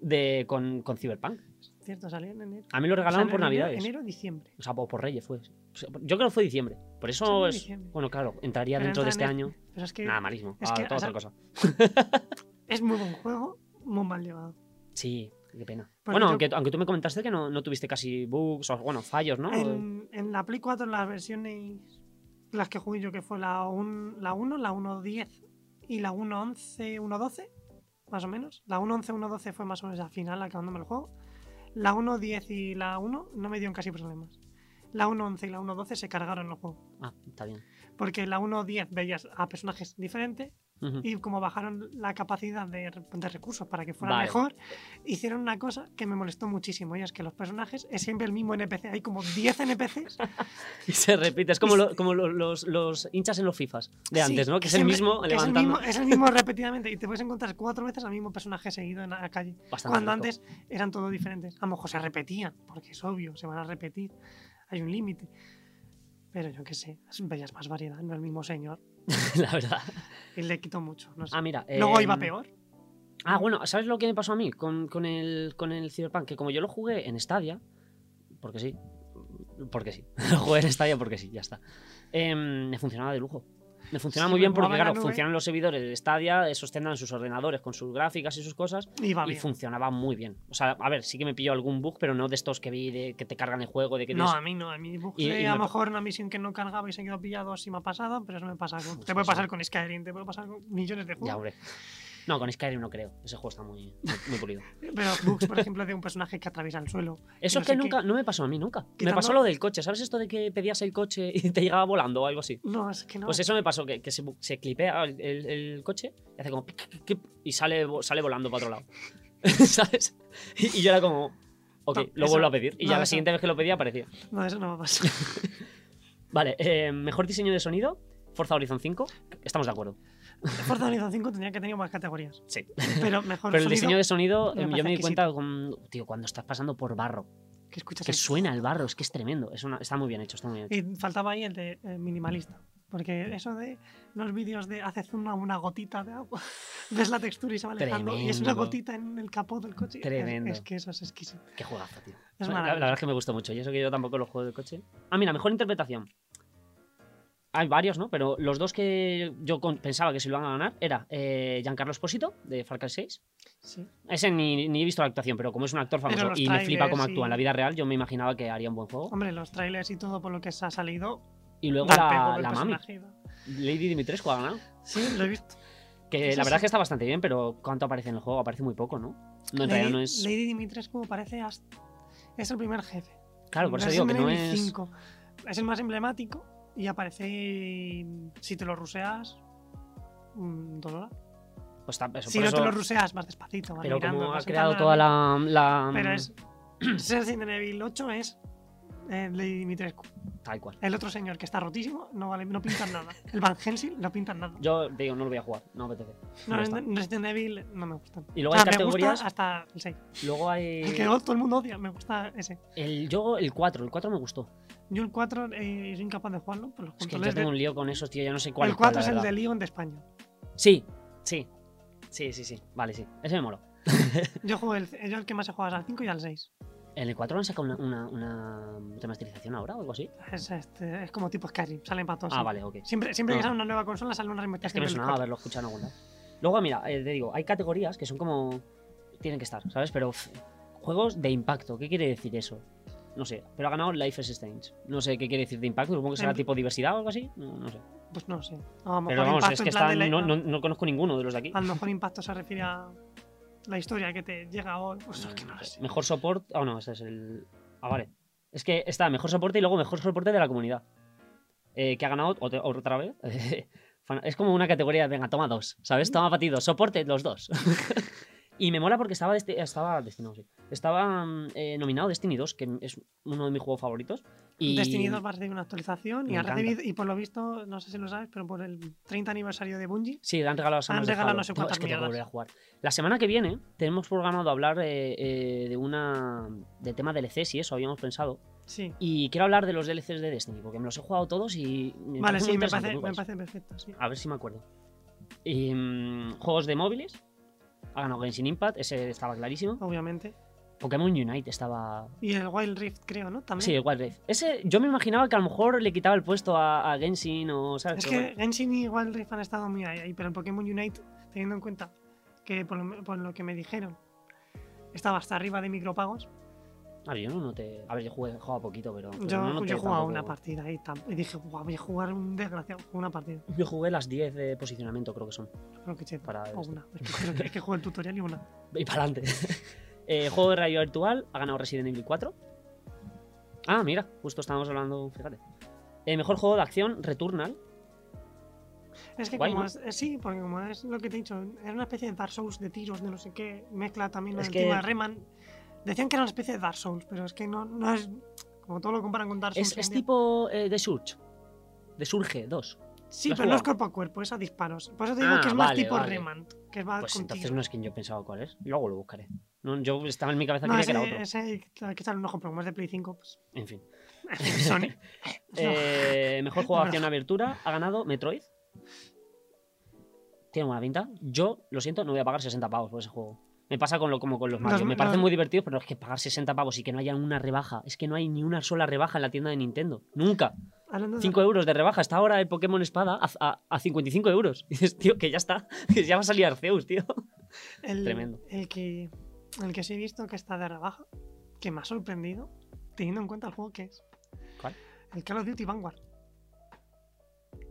[SPEAKER 1] de, con, con Cyberpunk.
[SPEAKER 2] Cierto, salió en enero.
[SPEAKER 1] A mí lo regalaron
[SPEAKER 2] Salió
[SPEAKER 1] por
[SPEAKER 2] en enero-
[SPEAKER 1] Navidades.
[SPEAKER 2] Enero, diciembre.
[SPEAKER 1] O sea, o por Reyes fue. O sea, Yo creo que fue diciembre. Por eso
[SPEAKER 2] Salió en
[SPEAKER 1] es.
[SPEAKER 2] diciembre.
[SPEAKER 1] Bueno, claro, entraría
[SPEAKER 2] Pero
[SPEAKER 1] dentro de este
[SPEAKER 2] entra en
[SPEAKER 1] año.
[SPEAKER 2] Pero es que
[SPEAKER 1] Nada, malísimo.
[SPEAKER 2] es
[SPEAKER 1] Ah,
[SPEAKER 2] que,
[SPEAKER 1] toda
[SPEAKER 2] o
[SPEAKER 1] otra
[SPEAKER 2] sea-
[SPEAKER 1] cosa.
[SPEAKER 2] es muy buen juego, muy mal llevado.
[SPEAKER 1] Sí, qué pena.
[SPEAKER 2] Porque
[SPEAKER 1] bueno,
[SPEAKER 2] Pues yo-
[SPEAKER 1] aunque, aunque tú me comentaste que no, no tuviste casi bugs o bueno, fallos, ¿no?
[SPEAKER 2] En, en la Play 4, las versiones, las que jugué yo, que fue la, un- la 1, la 1.10 y la 1.11, 1.12, más o menos. La 1.11, 1.12 fue más o menos la final, acabándome el juego. La 1.10 y la 1 no me dieron casi problemas. La 1.11 y la 1.12 se cargaron el juego.
[SPEAKER 1] Ah, está bien.
[SPEAKER 2] Porque la 1.10 veías a personajes diferentes
[SPEAKER 1] Ujú.
[SPEAKER 2] y como bajaron la capacidad de, re- de recursos para que fuera
[SPEAKER 1] Vale.
[SPEAKER 2] mejor, hicieron una cosa que me molestó muchísimo y es que los personajes es siempre el mismo NPC. Hay como 10 NPCs.
[SPEAKER 1] Y se repite. Es como, lo- como lo- los, los hinchas en los FIFAs de antes,
[SPEAKER 2] Sí,
[SPEAKER 1] ¿no? Que es
[SPEAKER 2] siempre-
[SPEAKER 1] el mismo
[SPEAKER 2] que es el
[SPEAKER 1] levantando.
[SPEAKER 2] mismo, es el mismo repetidamente y te puedes encontrar cuatro veces al mismo personaje seguido en la calle.
[SPEAKER 1] Bastante
[SPEAKER 2] Cuando
[SPEAKER 1] loco.
[SPEAKER 2] antes eran todos diferentes. A lo mejor se repetían, porque es obvio, se van a repetir. Hay un límite. Pero yo qué sé, veías más variedad, no el mismo señor.
[SPEAKER 1] La verdad.
[SPEAKER 2] Y le quitó mucho. No sé.
[SPEAKER 1] Ah, mira.
[SPEAKER 2] Luego iba
[SPEAKER 1] em,
[SPEAKER 2] peor.
[SPEAKER 1] Ah, bueno, ¿sabes lo que me pasó a mí con, con el, con el Cyberpunk? Que como yo lo jugué en Stadia, porque sí, porque sí, lo jugué en Stadia porque sí, ya está. em, me funcionaba de lujo. Me funcionaba
[SPEAKER 2] Sí,
[SPEAKER 1] muy bien
[SPEAKER 2] porque
[SPEAKER 1] porque,
[SPEAKER 2] jugaba en la
[SPEAKER 1] claro,
[SPEAKER 2] nube.
[SPEAKER 1] funcionan los servidores de Stadia, esos tendrán sus ordenadores con sus gráficas y sus cosas,
[SPEAKER 2] Iba
[SPEAKER 1] y
[SPEAKER 2] bien.
[SPEAKER 1] funcionaba muy bien. O sea, a ver, sí que me pilló algún bug, pero no de estos que vi de que te cargan el juego, de que
[SPEAKER 2] No,
[SPEAKER 1] tienes-
[SPEAKER 2] a mí no, a mí
[SPEAKER 1] Y-
[SPEAKER 2] busqué
[SPEAKER 1] y
[SPEAKER 2] a
[SPEAKER 1] me
[SPEAKER 2] lo
[SPEAKER 1] pa-
[SPEAKER 2] mejor una misión que no cargaba y se quedó pillado así me ha pasado, pero eso me pasa con...
[SPEAKER 1] Uf,
[SPEAKER 2] Te puede
[SPEAKER 1] eso.
[SPEAKER 2] pasar con Skyrim, te puede pasar con millones de
[SPEAKER 1] Ya,
[SPEAKER 2] juegos.
[SPEAKER 1] hombre. No, con Skyrim no creo. Ese juego está muy, muy, muy pulido.
[SPEAKER 2] Pero bugs, por ejemplo, de un personaje que atraviesa el suelo.
[SPEAKER 1] Eso
[SPEAKER 2] no
[SPEAKER 1] es que
[SPEAKER 2] sé qué.
[SPEAKER 1] nunca, no me pasó a mí nunca. Me
[SPEAKER 2] Quitando-
[SPEAKER 1] pasó lo del coche. ¿Sabes esto de que pedías el coche y te llegaba volando o algo así?
[SPEAKER 2] No, es que no.
[SPEAKER 1] Pues eso me pasó, que, que se, bu- se clipea el, el- el coche y hace como pic, pic, pic, y sale, vo- sale volando para otro lado. ¿Sabes? Y, y yo era como, ok,
[SPEAKER 2] No,
[SPEAKER 1] lo
[SPEAKER 2] eso-
[SPEAKER 1] vuelvo a pedir. Y
[SPEAKER 2] no,
[SPEAKER 1] ya la
[SPEAKER 2] eso-
[SPEAKER 1] siguiente vez que lo pedía aparecía.
[SPEAKER 2] No, eso no me pasa.
[SPEAKER 1] Vale, eh, mejor diseño de sonido, Forza Horizon 5, estamos de acuerdo.
[SPEAKER 2] Forza Horizon 5 tendría que tener más categorías.
[SPEAKER 1] Sí.
[SPEAKER 2] Pero mejor
[SPEAKER 1] Pero el
[SPEAKER 2] sonido
[SPEAKER 1] diseño de sonido,
[SPEAKER 2] me
[SPEAKER 1] eh, yo
[SPEAKER 2] parece
[SPEAKER 1] me di
[SPEAKER 2] exquisito.
[SPEAKER 1] cuenta, con, tío, cuando estás pasando por barro,
[SPEAKER 2] que escuchas.
[SPEAKER 1] que
[SPEAKER 2] el-
[SPEAKER 1] suena el barro, es que es tremendo. Es una- está muy bien hecho, está muy bien hecho.
[SPEAKER 2] Y faltaba ahí el de eh, minimalista. Porque eso de los vídeos de haces una, una gotita de agua, ves la textura y se va alejando y es una
[SPEAKER 1] Tremendo.
[SPEAKER 2] gotita en el capó del coche. Es-
[SPEAKER 1] Tremendo.
[SPEAKER 2] Es, que eso es exquisito.
[SPEAKER 1] Qué juegazo, tío.
[SPEAKER 2] Es
[SPEAKER 1] la, la
[SPEAKER 2] maravilloso.
[SPEAKER 1] verdad es que me gustó mucho. Y eso que yo tampoco los juego de coche. Ah, mira, mejor interpretación. Hay varios, ¿no? Pero los dos que yo con- pensaba que se lo iban a ganar era eh, Giancarlo Esposito, de Far Cry 6.
[SPEAKER 2] Sí.
[SPEAKER 1] Ese ni, ni he visto la actuación, pero como es un actor
[SPEAKER 2] Pero
[SPEAKER 1] famoso
[SPEAKER 2] los
[SPEAKER 1] y me flipa cómo
[SPEAKER 2] trailers y-
[SPEAKER 1] actúa en la vida real, yo me imaginaba que haría un buen juego.
[SPEAKER 2] Hombre, los trailers y todo por lo que se ha salido.
[SPEAKER 1] Y luego
[SPEAKER 2] da el
[SPEAKER 1] la,
[SPEAKER 2] pego del
[SPEAKER 1] la mami,
[SPEAKER 2] personaje y da-
[SPEAKER 1] Lady Dimitrescu ha ganado.
[SPEAKER 2] Sí, lo he visto.
[SPEAKER 1] Que
[SPEAKER 2] Sí,
[SPEAKER 1] la verdad
[SPEAKER 2] sí.
[SPEAKER 1] es que está bastante bien, pero ¿cuánto aparece en el juego? Aparece muy poco, ¿no? No, en
[SPEAKER 2] Lady,
[SPEAKER 1] realidad no es.
[SPEAKER 2] Lady Dimitrescu parece hasta... Es el primer jefe.
[SPEAKER 1] Claro, por eso
[SPEAKER 2] Resident
[SPEAKER 1] digo que no
[SPEAKER 2] Evil
[SPEAKER 1] es.
[SPEAKER 2] 5. Es el más emblemático y aparece si te lo ruseas un dólar.
[SPEAKER 1] Pues está, eso,
[SPEAKER 2] Si
[SPEAKER 1] por
[SPEAKER 2] no te
[SPEAKER 1] eso-
[SPEAKER 2] lo ruseas vas despacito, vas
[SPEAKER 1] Pero
[SPEAKER 2] mirando,
[SPEAKER 1] como ha
[SPEAKER 2] vas
[SPEAKER 1] creado
[SPEAKER 2] entrando
[SPEAKER 1] toda
[SPEAKER 2] a la
[SPEAKER 1] la. la-
[SPEAKER 2] nave. Pero es ser Resident Evil 8 es eh, Lady Dimitrescu.
[SPEAKER 1] Tal cual.
[SPEAKER 2] El otro señor que está rotísimo no vale, no pintan nada. El Van Helsing no pintan nada.
[SPEAKER 1] Yo te digo, no lo voy a jugar, no me apetece.
[SPEAKER 2] No,
[SPEAKER 1] Ya está.
[SPEAKER 2] Resident Evil no me gusta.
[SPEAKER 1] Y luego
[SPEAKER 2] O sea,
[SPEAKER 1] hay
[SPEAKER 2] me
[SPEAKER 1] categorías.
[SPEAKER 2] gusta hasta el 6.
[SPEAKER 1] Luego hay.
[SPEAKER 2] El que todo el mundo odia, me gusta ese.
[SPEAKER 1] El, yo, el 4, el 4 me gustó.
[SPEAKER 2] Yo el 4 eh, soy incapaz de jugarlo por los
[SPEAKER 1] Es que yo
[SPEAKER 2] controles de-
[SPEAKER 1] tengo un lío con esos, tío, ya no sé cuál
[SPEAKER 2] El 4
[SPEAKER 1] cuál,
[SPEAKER 2] es
[SPEAKER 1] la
[SPEAKER 2] el de
[SPEAKER 1] verdad.
[SPEAKER 2] Leon de España.
[SPEAKER 1] Sí, sí. Sí, sí, sí. Vale, sí. Ese me moló.
[SPEAKER 2] Yo, juego el, yo el que más he jugado es al 5 y al 6.
[SPEAKER 1] ¿En el 4 han sacado una, una, una remasterización ahora o algo así?
[SPEAKER 2] Es, este, es como tipo Skyrim, salen para todos.
[SPEAKER 1] Ah,
[SPEAKER 2] siempre.
[SPEAKER 1] vale, ok.
[SPEAKER 2] Siempre, siempre que
[SPEAKER 1] Ah.
[SPEAKER 2] sale una nueva consola sale una
[SPEAKER 1] Es
[SPEAKER 2] reimitación
[SPEAKER 1] que me
[SPEAKER 2] del
[SPEAKER 1] sonaba
[SPEAKER 2] cuatro.
[SPEAKER 1] haberlo escuchado en algún lado. Luego, mira, eh, te digo, hay categorías que son como. Tienen que estar, ¿sabes? Pero. pff, juegos de impacto, ¿qué quiere decir eso? No sé, pero ha ganado Life is Strange. No sé qué quiere decir de impacto, supongo que será
[SPEAKER 2] Em-
[SPEAKER 1] tipo diversidad o algo así. No, no sé.
[SPEAKER 2] Pues no sé. A lo mejor
[SPEAKER 1] Pero vamos,
[SPEAKER 2] impacto
[SPEAKER 1] es que
[SPEAKER 2] en plan Ah,
[SPEAKER 1] están,
[SPEAKER 2] de la-
[SPEAKER 1] no, no- no conozco ninguno de los de aquí.
[SPEAKER 2] A lo mejor impacto se refiere a la historia que te llega hoy. Pues es que no lo sé.
[SPEAKER 1] Mejor soporte. Ah, no, ese es el. Ah, vale. Es que está mejor soporte y luego mejor soporte de la comunidad. Eh, que ha ganado otra, otra vez. Fan- es como una categoría, venga, toma dos, ¿sabes? Toma partido, soporte los dos. y me mola porque estaba, desti- estaba destinado, sí. Estaba mm, eh, nominado Destiny 2, que es uno de mis juegos favoritos. Y...
[SPEAKER 2] Destiny 2 va a recibir una actualización
[SPEAKER 1] Me
[SPEAKER 2] y, ha
[SPEAKER 1] encanta.
[SPEAKER 2] recibido, y por lo visto, no sé si lo sabes, pero por el 30 aniversario de Bungie,
[SPEAKER 1] Sí, le han regalado las
[SPEAKER 2] Han
[SPEAKER 1] armas de
[SPEAKER 2] regalado
[SPEAKER 1] Halo.
[SPEAKER 2] no sé
[SPEAKER 1] Tengo-
[SPEAKER 2] cuántas
[SPEAKER 1] es que tengo que
[SPEAKER 2] mierdas.
[SPEAKER 1] volver a jugar. La semana que viene tenemos programado hablar eh, eh, de una de tema DLCs y eso habíamos pensado.
[SPEAKER 2] sí.
[SPEAKER 1] Y quiero hablar de los DLCs de Destiny, porque me los he jugado todos y. me parecen muy
[SPEAKER 2] Vale, sí, me
[SPEAKER 1] interesantes,
[SPEAKER 2] parece,
[SPEAKER 1] muy
[SPEAKER 2] me
[SPEAKER 1] guays.
[SPEAKER 2] parece perfecto. Sí.
[SPEAKER 1] A ver si me acuerdo. Y, mm, juegos de móviles. Ha ganado Genshin Impact, ese estaba clarísimo.
[SPEAKER 2] Obviamente.
[SPEAKER 1] Pokémon Unite estaba.
[SPEAKER 2] Y el Wild Rift, creo, ¿no? También.
[SPEAKER 1] Sí, el Wild Rift. Ese, yo me imaginaba que a lo mejor le quitaba el puesto a, a Genshin o. ¿sabes?
[SPEAKER 2] Es
[SPEAKER 1] Pero
[SPEAKER 2] que
[SPEAKER 1] bueno.
[SPEAKER 2] Genshin y Wild Rift han estado muy ahí, ahí, pero el Pokémon Unite, teniendo en cuenta que por lo, por lo que me dijeron, estaba hasta arriba de micropagos,
[SPEAKER 1] A ver, Ah, yo no, no te. A ver, yo jugué, jugaba poquito, pero. pero
[SPEAKER 2] yo,
[SPEAKER 1] no
[SPEAKER 2] yo
[SPEAKER 1] noté
[SPEAKER 2] he jugado
[SPEAKER 1] tampoco-
[SPEAKER 2] una partida y, tam- y dije, "Guau, voy a jugar un desgraciado, jugué una partida,
[SPEAKER 1] Yo jugué las 10 de posicionamiento, creo que son.
[SPEAKER 2] creo que cheto,
[SPEAKER 1] Para
[SPEAKER 2] o
[SPEAKER 1] esto.
[SPEAKER 2] una, es que, creo que- es que jugué el tutorial y una.
[SPEAKER 1] Y para adelante. Eh, juego de radio virtual, ha ganado Resident Evil 4. Ah, mira, justo estábamos hablando, fíjate. Eh, mejor juego de acción, Returnal.
[SPEAKER 2] Pues Es que
[SPEAKER 1] Guay,
[SPEAKER 2] como
[SPEAKER 1] ¿no?
[SPEAKER 2] es, eh, sí, porque como es lo que te he dicho, era una especie de Dark Souls de tiros, de no sé qué, mezcla también lo
[SPEAKER 1] Es
[SPEAKER 2] del
[SPEAKER 1] que-
[SPEAKER 2] tema de Rayman. Decían que era una especie de Dark Souls, pero es que no, no es, como todo lo comparan con Dark Souls.
[SPEAKER 1] Es,
[SPEAKER 2] hoy
[SPEAKER 1] es
[SPEAKER 2] en día.
[SPEAKER 1] tipo eh, The Surge. The Surge 2.
[SPEAKER 2] Sí,
[SPEAKER 1] ¿Lo has
[SPEAKER 2] pero no es
[SPEAKER 1] jugado?
[SPEAKER 2] cuerpo a cuerpo, es a disparos. Por eso te digo
[SPEAKER 1] Ah,
[SPEAKER 2] que es más
[SPEAKER 1] vale,
[SPEAKER 2] tipo
[SPEAKER 1] vale.
[SPEAKER 2] Rayman, que va
[SPEAKER 1] Pues
[SPEAKER 2] con
[SPEAKER 1] entonces
[SPEAKER 2] tiro.
[SPEAKER 1] no es quien yo pensaba cuál es. Luego lo buscaré. No, yo estaba en mi cabeza
[SPEAKER 2] No,
[SPEAKER 1] creía que era otro.
[SPEAKER 2] ese, ese hay que hay que echarle un ojo, pero como es de Play 5, pues.
[SPEAKER 1] En fin.
[SPEAKER 2] Sony.
[SPEAKER 1] Eh, mejor juego de
[SPEAKER 2] No.
[SPEAKER 1] acción abertura ha ganado Metroid. Tiene buena pinta. Yo, lo siento, no voy a pagar 60 pavos por ese juego. Me pasa con lo, como con los Mario.
[SPEAKER 2] Los-
[SPEAKER 1] me parecen
[SPEAKER 2] los-
[SPEAKER 1] muy divertidos, pero es que pagar 60 pavos y que no haya una rebaja. Es que no hay ni una sola rebaja en la tienda de Nintendo. Nunca.
[SPEAKER 2] Hablando de-
[SPEAKER 1] 5 euros de rebaja. Está ahora el Pokémon Espada a, a- a 55 euros. Y dices, tío, que ya está. Que ya va a salir Arceus, tío.
[SPEAKER 2] el,
[SPEAKER 1] tremendo.
[SPEAKER 2] El que, el que sí he visto que está de rebaja, que me ha sorprendido, teniendo en cuenta el juego que es.
[SPEAKER 1] ¿Cuál?
[SPEAKER 2] El Call of Duty Vanguard.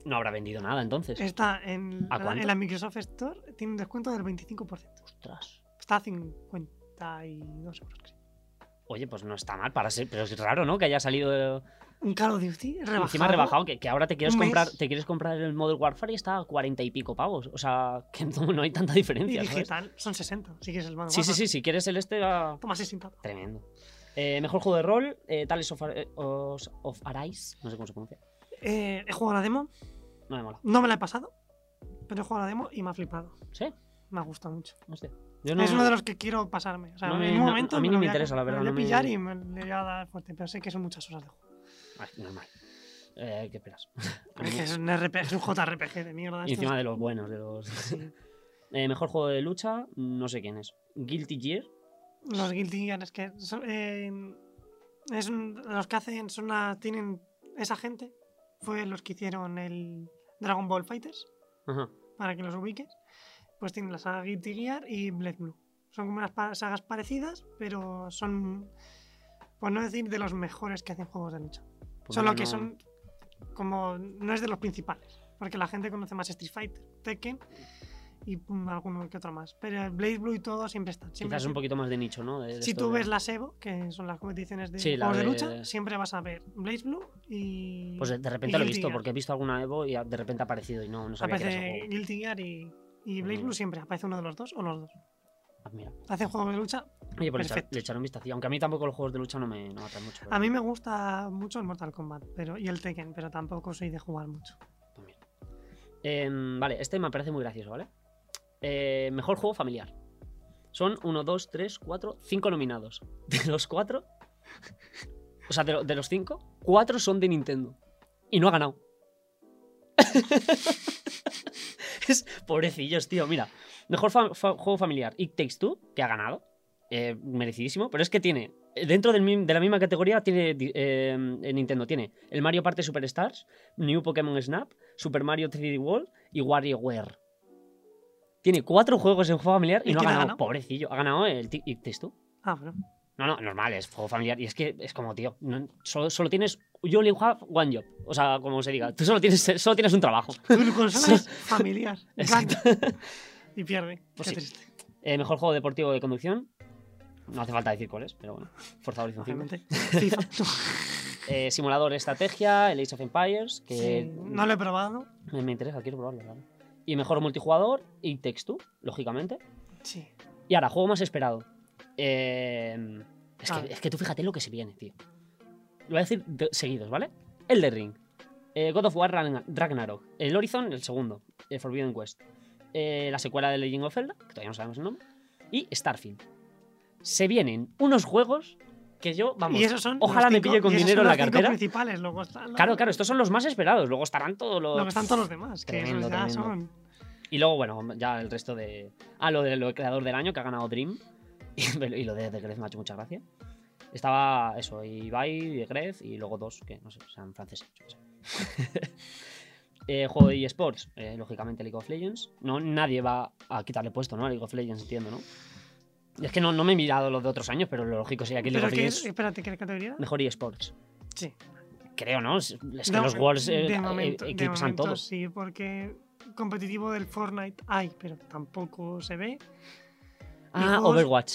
[SPEAKER 1] No habrá vendido nada entonces.
[SPEAKER 2] Está en,
[SPEAKER 1] ¿A
[SPEAKER 2] la,
[SPEAKER 1] cuánto?
[SPEAKER 2] en la Microsoft Store, tiene un descuento del 25%.
[SPEAKER 1] Ostras.
[SPEAKER 2] Está a 52 euros, creo.
[SPEAKER 1] Oye, pues no está mal para ser. Pero es raro, ¿no? Que haya salido. eh,
[SPEAKER 2] Un Call of Duty rebajado.
[SPEAKER 1] Encima rebajado, que, que ahora te quieres
[SPEAKER 2] un mes.
[SPEAKER 1] comprar, te quieres comprar el Modern Warfare y está a cuarenta y pico pavos. O sea, que no, no hay tanta
[SPEAKER 2] Y
[SPEAKER 1] diferencia. ¿sabes?
[SPEAKER 2] digital, son 60, si quieres el Vanguard.
[SPEAKER 1] Sí, sí, sí, si quieres el este va.
[SPEAKER 2] Toma 60.
[SPEAKER 1] Tremendo. Eh, mejor juego de rol, eh, Tales of, Ar- eh, Os- of Arise, no sé cómo se pronuncia.
[SPEAKER 2] Eh, he jugado la demo,
[SPEAKER 1] no me mola.
[SPEAKER 2] No me la he pasado, pero he jugado la demo y me ha flipado.
[SPEAKER 1] ¿Sí?
[SPEAKER 2] Me ha gustado mucho.
[SPEAKER 1] No sé. Yo no-
[SPEAKER 2] es uno de los que quiero pasarme. O sea,
[SPEAKER 1] no
[SPEAKER 2] en
[SPEAKER 1] me-
[SPEAKER 2] algún
[SPEAKER 1] no-
[SPEAKER 2] momento.
[SPEAKER 1] a mí
[SPEAKER 2] me
[SPEAKER 1] ni
[SPEAKER 2] lo
[SPEAKER 1] me
[SPEAKER 2] voy
[SPEAKER 1] interesa, la
[SPEAKER 2] me lo
[SPEAKER 1] verdad,
[SPEAKER 2] voy
[SPEAKER 1] no
[SPEAKER 2] a
[SPEAKER 1] me-
[SPEAKER 2] pillar y me le voy a dar fuerte, pero sé que son muchas horas de juego.
[SPEAKER 1] Ay, normal. Eh, ¿Qué esperas?
[SPEAKER 2] Pero es que es un, RP, es un JRPG de mierda.
[SPEAKER 1] Y
[SPEAKER 2] esto
[SPEAKER 1] encima de los buenos, de los.
[SPEAKER 2] es-
[SPEAKER 1] Eh, mejor juego de lucha, no sé quién es. Guilty Gear.
[SPEAKER 2] Los Guilty Gear, es que son, eh, es un- los que hacen son una- tienen esa gente fue los que hicieron el Dragon Ball Fighters
[SPEAKER 1] Ajá.
[SPEAKER 2] para que los ubiques. Pues tienen la saga Guilty Gear y BlazBlue. Son como unas pa- sagas parecidas, pero son por no decir de los mejores que hacen juegos de lucha.
[SPEAKER 1] Pues
[SPEAKER 2] Solo
[SPEAKER 1] no-
[SPEAKER 2] que son como no es de los principales, porque la gente conoce más Street Fighter, Tekken y mm, alguno que otro más. Pero BlazBlue y todo siempre están. Siempre
[SPEAKER 1] Quizás es un
[SPEAKER 2] siempre-
[SPEAKER 1] poquito más de nicho, ¿no? De- de
[SPEAKER 2] si
[SPEAKER 1] esto
[SPEAKER 2] tú
[SPEAKER 1] de-
[SPEAKER 2] ves las EVO, que son las competiciones de
[SPEAKER 1] Sí, la
[SPEAKER 2] juegos de
[SPEAKER 1] de-
[SPEAKER 2] lucha, siempre vas a ver Blaze Blue y.
[SPEAKER 1] Pues de- de repente lo he
[SPEAKER 2] Guilty
[SPEAKER 1] visto,
[SPEAKER 2] Gear.
[SPEAKER 1] porque he visto alguna Evo y ah, de repente ha aparecido y no, no sabía que era ese
[SPEAKER 2] aparece
[SPEAKER 1] juego.
[SPEAKER 2] Guilty Gear y, y Blaze
[SPEAKER 1] Mm.
[SPEAKER 2] Blue siempre. Aparece uno de los dos o los dos.
[SPEAKER 1] Ah, mira.
[SPEAKER 2] Hacen juegos de lucha.
[SPEAKER 1] Oye, pues le echar-
[SPEAKER 2] Perfecto.
[SPEAKER 1] le echaré un vistazo. Aunque a mí tampoco los juegos de lucha no me, no me atraen mucho. pero
[SPEAKER 2] A mí me gusta mucho el Mortal Kombat pero, y el Tekken, pero tampoco soy de jugar mucho.
[SPEAKER 1] también. Em, vale, este me parece muy gracioso, ¿vale? Eh, mejor juego familiar. Son 1, 2, 3, 4, 5 nominados. De los 4, o sea, de, lo- de los 5, 4 son de Nintendo. Y no ha ganado. es pobrecillos, tío. Mira, mejor fa- fa- juego familiar. It Takes Two, que ha ganado. Eh, merecidísimo, pero es que tiene. eh, Dentro del mi- de la misma categoría tiene di- eh, Nintendo, tiene el Mario Party Superstars, New Pokémon Snap, Super Mario 3D World y WarioWare. Tiene cuatro juegos en juego familiar y,
[SPEAKER 2] ¿Y
[SPEAKER 1] no ha
[SPEAKER 2] quién ha
[SPEAKER 1] ganado.
[SPEAKER 2] ganado?
[SPEAKER 1] Pobrecillo, ha ganado el Ti- It Takes Two.
[SPEAKER 2] Ah, bueno.
[SPEAKER 1] No, no, normal, es juego familiar. Y es que es como, tío, no- solo, solo tienes. You only have one job. O sea, como se diga, tú solo tienes, solo tienes un trabajo.
[SPEAKER 2] Tu consola es familiar.
[SPEAKER 1] Exacto.
[SPEAKER 2] gana. Y pierde.
[SPEAKER 1] Pues
[SPEAKER 2] Qué
[SPEAKER 1] sí.
[SPEAKER 2] triste.
[SPEAKER 1] Eh, mejor juego deportivo de conducción. No hace falta decir cuál es, pero bueno. Forza Horizon 5.
[SPEAKER 2] Obviamente. FIFA.
[SPEAKER 1] Eh, simulador de estrategia, el Age of Empires, que
[SPEAKER 2] Sí, No lo he probado.
[SPEAKER 1] me, me interesa, quiero probarlo, la verdad. Y mejor multijugador, y Takes Two, lógicamente.
[SPEAKER 2] Sí.
[SPEAKER 1] Y ahora, juego más esperado. Eh, es,
[SPEAKER 2] Ah.
[SPEAKER 1] que, es que tú fíjate lo que se viene, tío. Lo voy a decir de- seguidos, ¿vale? El de Ring. eh, God of War Ragna- Ragnarok. El Horizon, el segundo. El Forbidden West. eh, la secuela de Legend of Zelda, que todavía no sabemos el nombre. Y Starfield. Se vienen unos juegos que yo, vamos.
[SPEAKER 2] y esos son
[SPEAKER 1] ojalá
[SPEAKER 2] los
[SPEAKER 1] me
[SPEAKER 2] cinco-
[SPEAKER 1] pille con
[SPEAKER 2] y esos
[SPEAKER 1] dinero
[SPEAKER 2] son
[SPEAKER 1] en la
[SPEAKER 2] los cinco
[SPEAKER 1] cartera.
[SPEAKER 2] principales, luego están los-
[SPEAKER 1] Claro, claro, estos son los más esperados. Luego estarán todos los.
[SPEAKER 2] Lo que están todos los demás, que
[SPEAKER 1] Tremendo,
[SPEAKER 2] esos ya
[SPEAKER 1] tremendo.
[SPEAKER 2] son.
[SPEAKER 1] Y luego, bueno, ya el resto de. Ah, lo de lo de creador del año que ha ganado Dream. Y lo de The Gref me ha hecho mucha gracia. Estaba eso, Ibai, The Gref y luego dos que no sé, sean franceses. yo qué sé. Eh, juego de eSports, eh, lógicamente League of Legends. No, nadie va a quitarle puesto, ¿no? A League of Legends, entiendo, ¿no? Y es que no, no me he mirado los de otros años, pero lo lógico sería que League
[SPEAKER 2] Pero
[SPEAKER 1] of
[SPEAKER 2] que,
[SPEAKER 1] Legends
[SPEAKER 2] espérate, ¿qué categoría? era?
[SPEAKER 1] mejor eSports.
[SPEAKER 2] Sí.
[SPEAKER 1] Creo, ¿no? Es es que
[SPEAKER 2] No,
[SPEAKER 1] los Worlds eh,
[SPEAKER 2] de
[SPEAKER 1] eh,
[SPEAKER 2] momento, de
[SPEAKER 1] eclipsan
[SPEAKER 2] momento
[SPEAKER 1] todos.
[SPEAKER 2] Sí, porque competitivo del Fortnite hay, pero tampoco se ve.
[SPEAKER 1] Ah,
[SPEAKER 2] juegos-
[SPEAKER 1] Overwatch.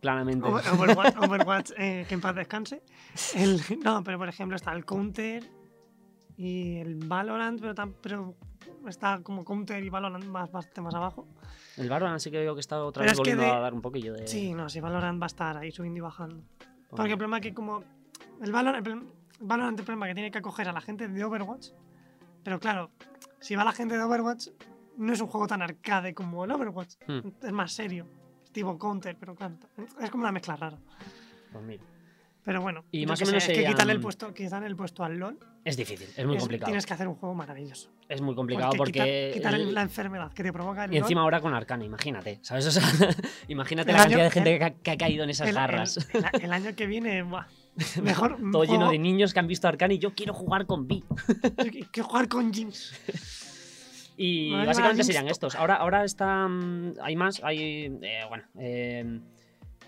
[SPEAKER 1] Claramente.
[SPEAKER 2] Over- Overwatch, Overwatch, eh, que en paz descanse. El- no, pero por ejemplo está el Counter y el Valorant, pero, tam- pero está como Counter y Valorant más, bastante más abajo.
[SPEAKER 1] El Valorant sí que veo que está otra
[SPEAKER 2] Pero
[SPEAKER 1] vez
[SPEAKER 2] es que
[SPEAKER 1] volviendo
[SPEAKER 2] de-
[SPEAKER 1] a dar un poquillo de.
[SPEAKER 2] Sí, no, sí, Valorant va a estar ahí subiendo y bajando.
[SPEAKER 1] Bueno,
[SPEAKER 2] Porque el problema es que como el Valorant, el, problema- el Valorant el problema que tiene que acoger a la gente de Overwatch, pero claro, si va la gente de Overwatch, no es un juego tan arcade como el Overwatch,
[SPEAKER 1] Hmm.
[SPEAKER 2] es más serio, es tipo Counter, pero claro, es como una mezcla rara.
[SPEAKER 1] pues mira,
[SPEAKER 2] Pero bueno,
[SPEAKER 1] Y
[SPEAKER 2] yo
[SPEAKER 1] más
[SPEAKER 2] qué
[SPEAKER 1] o menos
[SPEAKER 2] sé, es que
[SPEAKER 1] serían-
[SPEAKER 2] quitarle el puesto, quitarle el puesto al LoL,
[SPEAKER 1] es difícil, es muy
[SPEAKER 2] es-
[SPEAKER 1] complicado.
[SPEAKER 2] tienes que hacer un juego maravilloso.
[SPEAKER 1] Es muy complicado porque.
[SPEAKER 2] quitar,
[SPEAKER 1] el-
[SPEAKER 2] la enfermedad que te provoca el
[SPEAKER 1] Y encima
[SPEAKER 2] LoL,
[SPEAKER 1] ahora con Arcana, imagínate. ¿Sabes? O sea, imagínate
[SPEAKER 2] El
[SPEAKER 1] la
[SPEAKER 2] año-
[SPEAKER 1] cantidad de gente que ha, que ha caído en esas
[SPEAKER 2] el- el-
[SPEAKER 1] garras.
[SPEAKER 2] el, el año que viene, buah, mejor un
[SPEAKER 1] Todo lleno
[SPEAKER 2] juego-
[SPEAKER 1] de niños que han visto Arcana y yo quiero jugar con Vi.
[SPEAKER 2] que jugar con Jinx.
[SPEAKER 1] Y
[SPEAKER 2] Madre mía,
[SPEAKER 1] básicamente
[SPEAKER 2] Jinx
[SPEAKER 1] serían
[SPEAKER 2] top.
[SPEAKER 1] estos. Ahora, ahora está. mm, Hay más. Hay. eh, bueno. eh,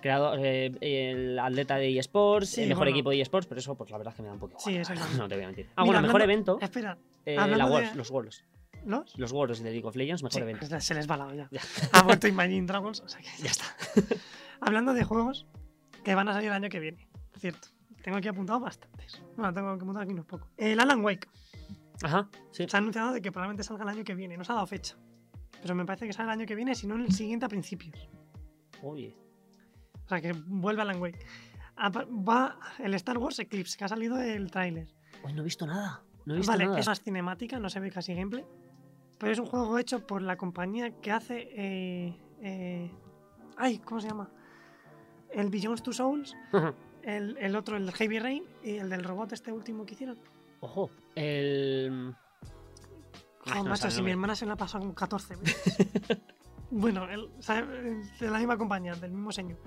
[SPEAKER 1] creado eh, el atleta de eSports,
[SPEAKER 2] Sí,
[SPEAKER 1] el mejor
[SPEAKER 2] bueno.
[SPEAKER 1] equipo de eSports, pero eso, pues la verdad es que me da un poco.
[SPEAKER 2] Sí,
[SPEAKER 1] igual,
[SPEAKER 2] exactamente.
[SPEAKER 1] No te voy a mentir. Ah,
[SPEAKER 2] Mira,
[SPEAKER 1] bueno, mejor
[SPEAKER 2] hablando-
[SPEAKER 1] evento.
[SPEAKER 2] Espera,
[SPEAKER 1] eh, la
[SPEAKER 2] hablando
[SPEAKER 1] Worlds,
[SPEAKER 2] de-
[SPEAKER 1] los Worlds.
[SPEAKER 2] ¿los?
[SPEAKER 1] los Worlds de League of Legends, mejor
[SPEAKER 2] Sí,
[SPEAKER 1] evento.
[SPEAKER 2] pues se les va la olla.
[SPEAKER 1] Ya.
[SPEAKER 2] Ha vuelto Imagine Dragons, o sea que
[SPEAKER 1] Ya está.
[SPEAKER 2] Hablando de juegos que van a salir el año que viene, cierto. Tengo aquí apuntado bastantes. Bueno, tengo aquí apuntado aquí unos pocos. El Alan Wake.
[SPEAKER 1] Ajá, sí.
[SPEAKER 2] Se ha anunciado de que probablemente salga el año que viene. No se ha dado fecha. Pero me parece que sale el año que viene, si no el siguiente a principios.
[SPEAKER 1] Oye.
[SPEAKER 2] O sea, que vuelve Alan Wake. Apa- Va el Star Wars Eclipse, que ha salido el tráiler.
[SPEAKER 1] Hoy no he visto nada. No he visto
[SPEAKER 2] Ah, vale,
[SPEAKER 1] nada.
[SPEAKER 2] es más cinemática, no se ve casi gameplay. Pero es un juego hecho por la compañía que hace. eh, eh, ay, ¿cómo se llama? El Beyond Two Souls, el, el otro, el Heavy Rain, y el del robot, este último que hicieron.
[SPEAKER 1] Ojo, el. Ah,
[SPEAKER 2] Jo,
[SPEAKER 1] no
[SPEAKER 2] macho,
[SPEAKER 1] sabe,
[SPEAKER 2] si
[SPEAKER 1] no
[SPEAKER 2] mi
[SPEAKER 1] me-
[SPEAKER 2] hermana se la ha pasado como 14 veces. bueno, el- sabe- de la misma compañía, del mismo señor.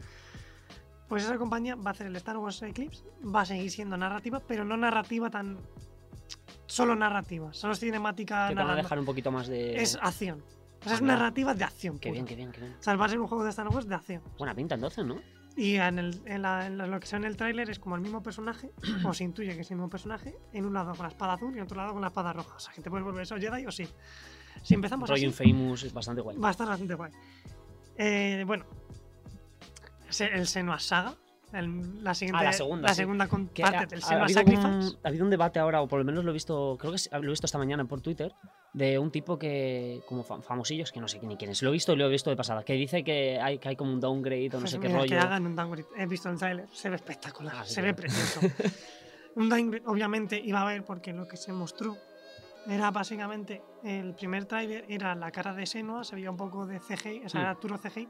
[SPEAKER 2] Pues esa compañía va a hacer el Star Wars Eclipse, va a seguir siendo narrativa, pero no narrativa tan. Solo narrativa, solo cinemática
[SPEAKER 1] Que te van a
[SPEAKER 2] narrando.
[SPEAKER 1] dejar un poquito más de.
[SPEAKER 2] Es acción. O sea,
[SPEAKER 1] Ah,
[SPEAKER 2] es
[SPEAKER 1] mira.
[SPEAKER 2] narrativa de acción.
[SPEAKER 1] Qué
[SPEAKER 2] pura.
[SPEAKER 1] bien, qué bien, qué bien.
[SPEAKER 2] O sea, va a ser un juego de Star Wars de acción.
[SPEAKER 1] Buena pinta entonces, ¿no?
[SPEAKER 2] Y en, el- en la- en lo que se ve en el tráiler es como el mismo personaje, o se intuye que es el mismo personaje, en un lado con la espada azul y en otro lado con la espada roja. O sea, que te puedes volver eso Jedi o sí. Si empezamos
[SPEAKER 1] Rollo
[SPEAKER 2] así,
[SPEAKER 1] Infamous es bastante guay.
[SPEAKER 2] va a estar bastante guay. Eh, bueno, se- el Senua Saga, el- la siguiente,
[SPEAKER 1] Ah, la segunda, sí.
[SPEAKER 2] con-
[SPEAKER 1] Que
[SPEAKER 2] parte
[SPEAKER 1] ha-
[SPEAKER 2] del
[SPEAKER 1] ha
[SPEAKER 2] Senua
[SPEAKER 1] habido
[SPEAKER 2] Sacrifice.
[SPEAKER 1] un- ha habido un debate ahora, o por lo menos lo he visto, creo que sí, lo he visto esta mañana por Twitter, de un tipo que, como fam- famosillos, que no sé ni quién es, lo he visto y lo he visto de pasada, que dice que hay, que hay como un downgrade o no
[SPEAKER 2] Pues
[SPEAKER 1] sé qué
[SPEAKER 2] mira, Que
[SPEAKER 1] rollo.
[SPEAKER 2] hagan un downgrade. He visto el tráiler, se ve espectacular,
[SPEAKER 1] Ah, sí,
[SPEAKER 2] se ve
[SPEAKER 1] claro.
[SPEAKER 2] precioso. un downgrade, obviamente, iba a haber porque lo que se mostró era básicamente el primer tráiler era la cara de Senua, se veía un poco de CGI, o sea,
[SPEAKER 1] Mm.
[SPEAKER 2] era puro CGI,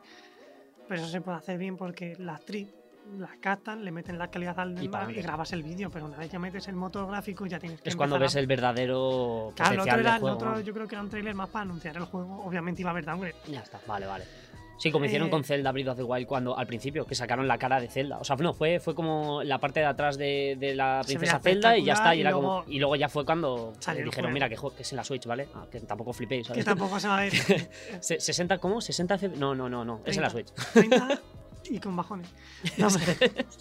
[SPEAKER 2] pero eso se puede hacer bien porque la actriz la captan, le meten la calidad al
[SPEAKER 1] Y pa'lante.
[SPEAKER 2] y grabas el vídeo, pero una vez ya metes el motor gráfico ya tienes que
[SPEAKER 1] Es cuando ves
[SPEAKER 2] empezar a-
[SPEAKER 1] el verdadero
[SPEAKER 2] Claro, Ah, el otro,
[SPEAKER 1] potencial
[SPEAKER 2] era,
[SPEAKER 1] del
[SPEAKER 2] el
[SPEAKER 1] juego.
[SPEAKER 2] otro
[SPEAKER 1] ¿no?
[SPEAKER 2] yo creo que era un tráiler más para anunciar el juego, obviamente iba a haber downgrade.
[SPEAKER 1] Ya está, vale, vale. Sí, como hicieron
[SPEAKER 2] Eh,
[SPEAKER 1] con Zelda Breath of the Wild cuando al principio, que sacaron la cara de Zelda. O sea, no, fue, fue como la parte de atrás de, de la
[SPEAKER 2] Se veía
[SPEAKER 1] princesa Zelda y ya está. Y,
[SPEAKER 2] espectacular
[SPEAKER 1] era
[SPEAKER 2] y
[SPEAKER 1] como,
[SPEAKER 2] luego-
[SPEAKER 1] y luego ya fue cuando
[SPEAKER 2] Salió
[SPEAKER 1] eh,
[SPEAKER 2] el
[SPEAKER 1] dijeron,
[SPEAKER 2] juego.
[SPEAKER 1] mira, que, jo- que es en la Switch, ¿vale? Ah, que tampoco flipéis,
[SPEAKER 2] Que
[SPEAKER 1] ¿sabes?
[SPEAKER 2] tampoco se va a ver.
[SPEAKER 1] Se- 60, ¿cómo? ¿60 F- No, no, no, no. Es en la Switch.
[SPEAKER 2] 30 y con bajones. No,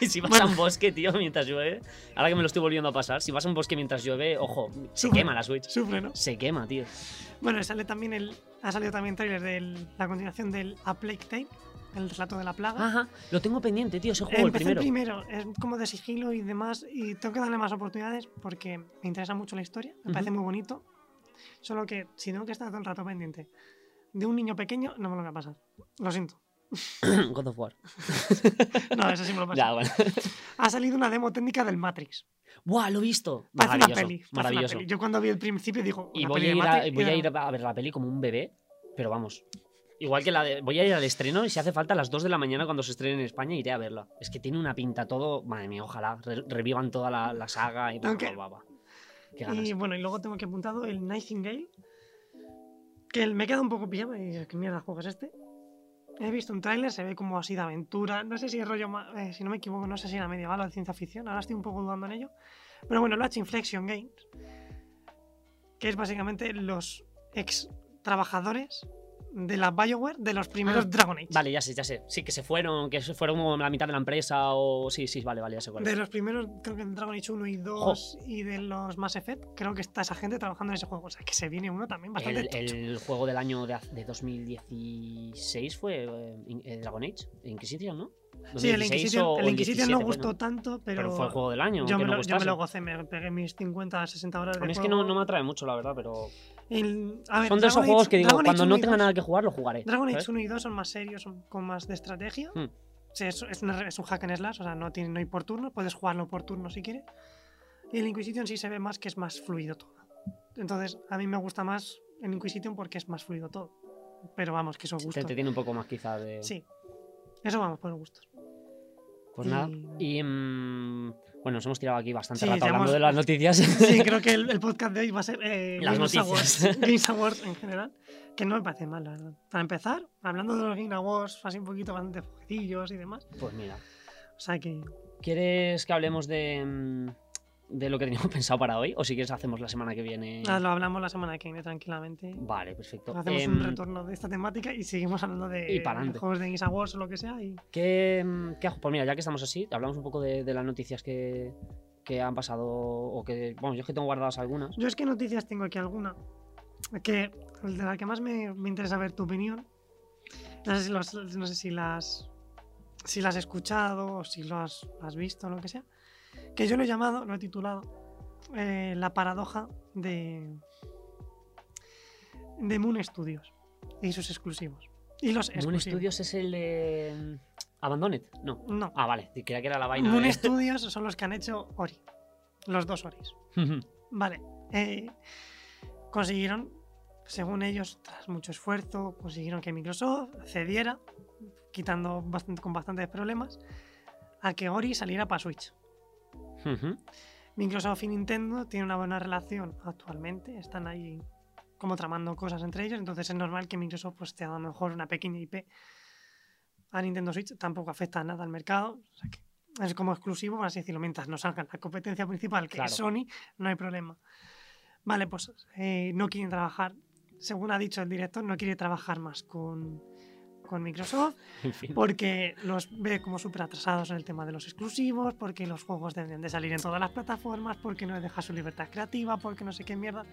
[SPEAKER 1] y si vas
[SPEAKER 2] Bueno.
[SPEAKER 1] a un bosque, tío, mientras llueve. Ahora que me lo estoy volviendo a pasar, si vas a un bosque mientras llueve, ojo, se
[SPEAKER 2] Sufre.
[SPEAKER 1] quema la Switch.
[SPEAKER 2] sufre, ¿no?
[SPEAKER 1] Se quema, tío.
[SPEAKER 2] Bueno, sale también el, ha salido también tráiler de la continuación del A Plague Tale, el relato de la plaga.
[SPEAKER 1] Ajá, lo tengo pendiente, tío, ese juego, Ah, el
[SPEAKER 2] Empecé el
[SPEAKER 1] primero.
[SPEAKER 2] primero, es como de sigilo y demás, y tengo que darle más oportunidades porque me interesa mucho la historia, me parece
[SPEAKER 1] Ujú.
[SPEAKER 2] muy bonito. Solo que si tengo que estar todo el rato pendiente de un niño pequeño, no me lo voy a pasar. Lo siento.
[SPEAKER 1] God of War.
[SPEAKER 2] No, eso Ah, sí me lo paso.
[SPEAKER 1] Ya, bueno.
[SPEAKER 2] Ha salido una demo técnica del Matrix.
[SPEAKER 1] ¡Buah, lo he visto!
[SPEAKER 2] Parece una
[SPEAKER 1] Maravilloso,
[SPEAKER 2] peli. parece una
[SPEAKER 1] maravilloso.
[SPEAKER 2] peli. Yo cuando vi el principio digo,
[SPEAKER 1] Y
[SPEAKER 2] ¿una
[SPEAKER 1] voy
[SPEAKER 2] peli
[SPEAKER 1] a,
[SPEAKER 2] de
[SPEAKER 1] ir a,
[SPEAKER 2] Matrix?
[SPEAKER 1] voy a
[SPEAKER 2] Y
[SPEAKER 1] ir
[SPEAKER 2] era-
[SPEAKER 1] a ver la peli como un bebé, pero vamos. Igual que la de, voy a ir al estreno y si hace falta a las 2 de la mañana cuando se estrene en España iré a verla. Es que tiene una pinta todo, madre mía, ojalá re- revivan toda la, la saga y bla,
[SPEAKER 2] Aunque-
[SPEAKER 1] bla, bla, bla. Qué ganas.
[SPEAKER 2] Y bueno, y luego tengo que apuntado el Nightingale. Que el- me queda un poco pillado. Y digo, ¿qué mierda juego es este? He visto un tráiler, se ve como así de aventura. No sé si es rollo, ma- eh, si no me equivoco, no sé si era medieval o de ciencia ficción. Ahora estoy un poco dudando en ello. Pero bueno, lo ha hecho Inflexion Games. Que es básicamente los ex trabajadores de la BioWare de los primeros
[SPEAKER 1] Ah,
[SPEAKER 2] Dragon Age.
[SPEAKER 1] Vale, ya sé, ya sé. Sí, que se fueron, que se fueron como la mitad de la empresa o... Sí, sí, vale, vale, ya sé cuál
[SPEAKER 2] De
[SPEAKER 1] es.
[SPEAKER 2] los primeros, creo que de Dragon Age 1 y 2 y de los Mass Effect, creo que está esa gente trabajando en ese juego. O sea, que se viene uno también bastante
[SPEAKER 1] El,
[SPEAKER 2] tocho.
[SPEAKER 1] el juego del año de, hace- de 2016 fue eh, In- eh, Dragon Age, Inquisition, ¿no?
[SPEAKER 2] Sí, el
[SPEAKER 1] 2016
[SPEAKER 2] Inquisition,
[SPEAKER 1] o- o
[SPEAKER 2] el Inquisition no
[SPEAKER 1] 17 fue,
[SPEAKER 2] gustó tanto, pero,
[SPEAKER 1] Pero fue el juego del año.
[SPEAKER 2] yo,
[SPEAKER 1] aunque
[SPEAKER 2] me
[SPEAKER 1] no
[SPEAKER 2] lo, yo me
[SPEAKER 1] gustase.
[SPEAKER 2] lo gocé, me pegué mis 50, 60 horas de
[SPEAKER 1] A mí es que
[SPEAKER 2] juego.
[SPEAKER 1] no, no me atrae mucho, la verdad, pero.
[SPEAKER 2] El- a ver,
[SPEAKER 1] son de esos
[SPEAKER 2] Dragon
[SPEAKER 1] juegos
[SPEAKER 2] Age-
[SPEAKER 1] que digo,
[SPEAKER 2] Dragon Age
[SPEAKER 1] cuando
[SPEAKER 2] 1
[SPEAKER 1] no
[SPEAKER 2] y
[SPEAKER 1] tenga
[SPEAKER 2] 2
[SPEAKER 1] nada que jugar, lo jugaré.
[SPEAKER 2] Dragon Age
[SPEAKER 1] ¿sabes?
[SPEAKER 2] 1 y 2 son más serios, son con más de estrategia.
[SPEAKER 1] Hmm.
[SPEAKER 2] O sea, es, es una- es un hack and slash, o sea, no, tiene, no hay por turno, puedes jugarlo por turno si quieres. Y el Inquisition sí se ve más que es más fluido todo. Entonces, a mí me gusta más el Inquisition porque es más fluido todo. Pero vamos, que eso
[SPEAKER 1] Sí, te,
[SPEAKER 2] gusto.
[SPEAKER 1] te tiene un poco más, quizá. De...
[SPEAKER 2] Sí. Eso vamos por gustos.
[SPEAKER 1] Pues nada.
[SPEAKER 2] y-
[SPEAKER 1] Y. mm, bueno, nos hemos tirado aquí bastante
[SPEAKER 2] Sí,
[SPEAKER 1] rato hablando
[SPEAKER 2] llevamos-
[SPEAKER 1] de las noticias.
[SPEAKER 2] Sí, creo que el, el podcast de hoy va a ser eh,
[SPEAKER 1] Las
[SPEAKER 2] Games,
[SPEAKER 1] noticias.
[SPEAKER 2] Awards, Games Awards en general, que no me parece mal, la verdad. Para empezar, hablando de los Game Awards, así un poquito bastante foquecillos y demás.
[SPEAKER 1] pues mira.
[SPEAKER 2] O sea que
[SPEAKER 1] ¿Quieres que hablemos de. mm, de lo que teníamos pensado para hoy? O si quieres, hacemos la semana que viene.
[SPEAKER 2] nada, lo hablamos la semana que viene tranquilamente.
[SPEAKER 1] Vale, perfecto.
[SPEAKER 2] Hacemos un
[SPEAKER 1] Em,
[SPEAKER 2] retorno de esta temática y seguimos hablando de
[SPEAKER 1] y pa'lante.
[SPEAKER 2] juegos de Games Awards o lo que sea. Y
[SPEAKER 1] ¿Qué, mm, qué ha- pues mira, ya que estamos así, hablamos un poco de, de las noticias que, que han pasado o que, bueno, yo es que tengo guardadas algunas.
[SPEAKER 2] Yo es que noticias tengo aquí alguna. Que de la que más me, me interesa ver tu opinión. No sé si, los- no sé si las. Si las has escuchado o si lo has, has visto o lo que sea. Que yo lo he llamado, lo he titulado. eh, la paradoja de. De Moon Studios. Y sus exclusivos. Y los
[SPEAKER 1] Moon
[SPEAKER 2] exclusivos.
[SPEAKER 1] Studios es el de... mm, Abandoned, no.
[SPEAKER 2] No.
[SPEAKER 1] Ah, vale, creía que era la vaina.
[SPEAKER 2] Moon
[SPEAKER 1] de-
[SPEAKER 2] Studios son los que han hecho Ori. Los dos Oris. Vale. eh, consiguieron, según ellos, tras mucho esfuerzo, consiguieron que Microsoft cediera, quitando bastante, con bastantes problemas, a que Ori saliera para Switch.
[SPEAKER 1] Ujú.
[SPEAKER 2] Microsoft y Nintendo tienen una buena relación actualmente, están ahí como tramando cosas entre ellos, entonces es normal que Microsoft pues, te haga a lo mejor una pequeña IP a Nintendo Switch, tampoco afecta nada al mercado, o sea que es como exclusivo, por así decirlo, mientras no salgan la competencia principal, que
[SPEAKER 1] Claro.
[SPEAKER 2] es Sony, no hay problema. Vale, pues eh, no quieren trabajar, según ha dicho el director, no quiere trabajar más con, con Microsoft
[SPEAKER 1] En fin.
[SPEAKER 2] porque los ve como súper atrasados en el tema de los exclusivos, porque los juegos deberían de salir en todas las plataformas, porque no les deja su libertad creativa, porque no sé qué mierda.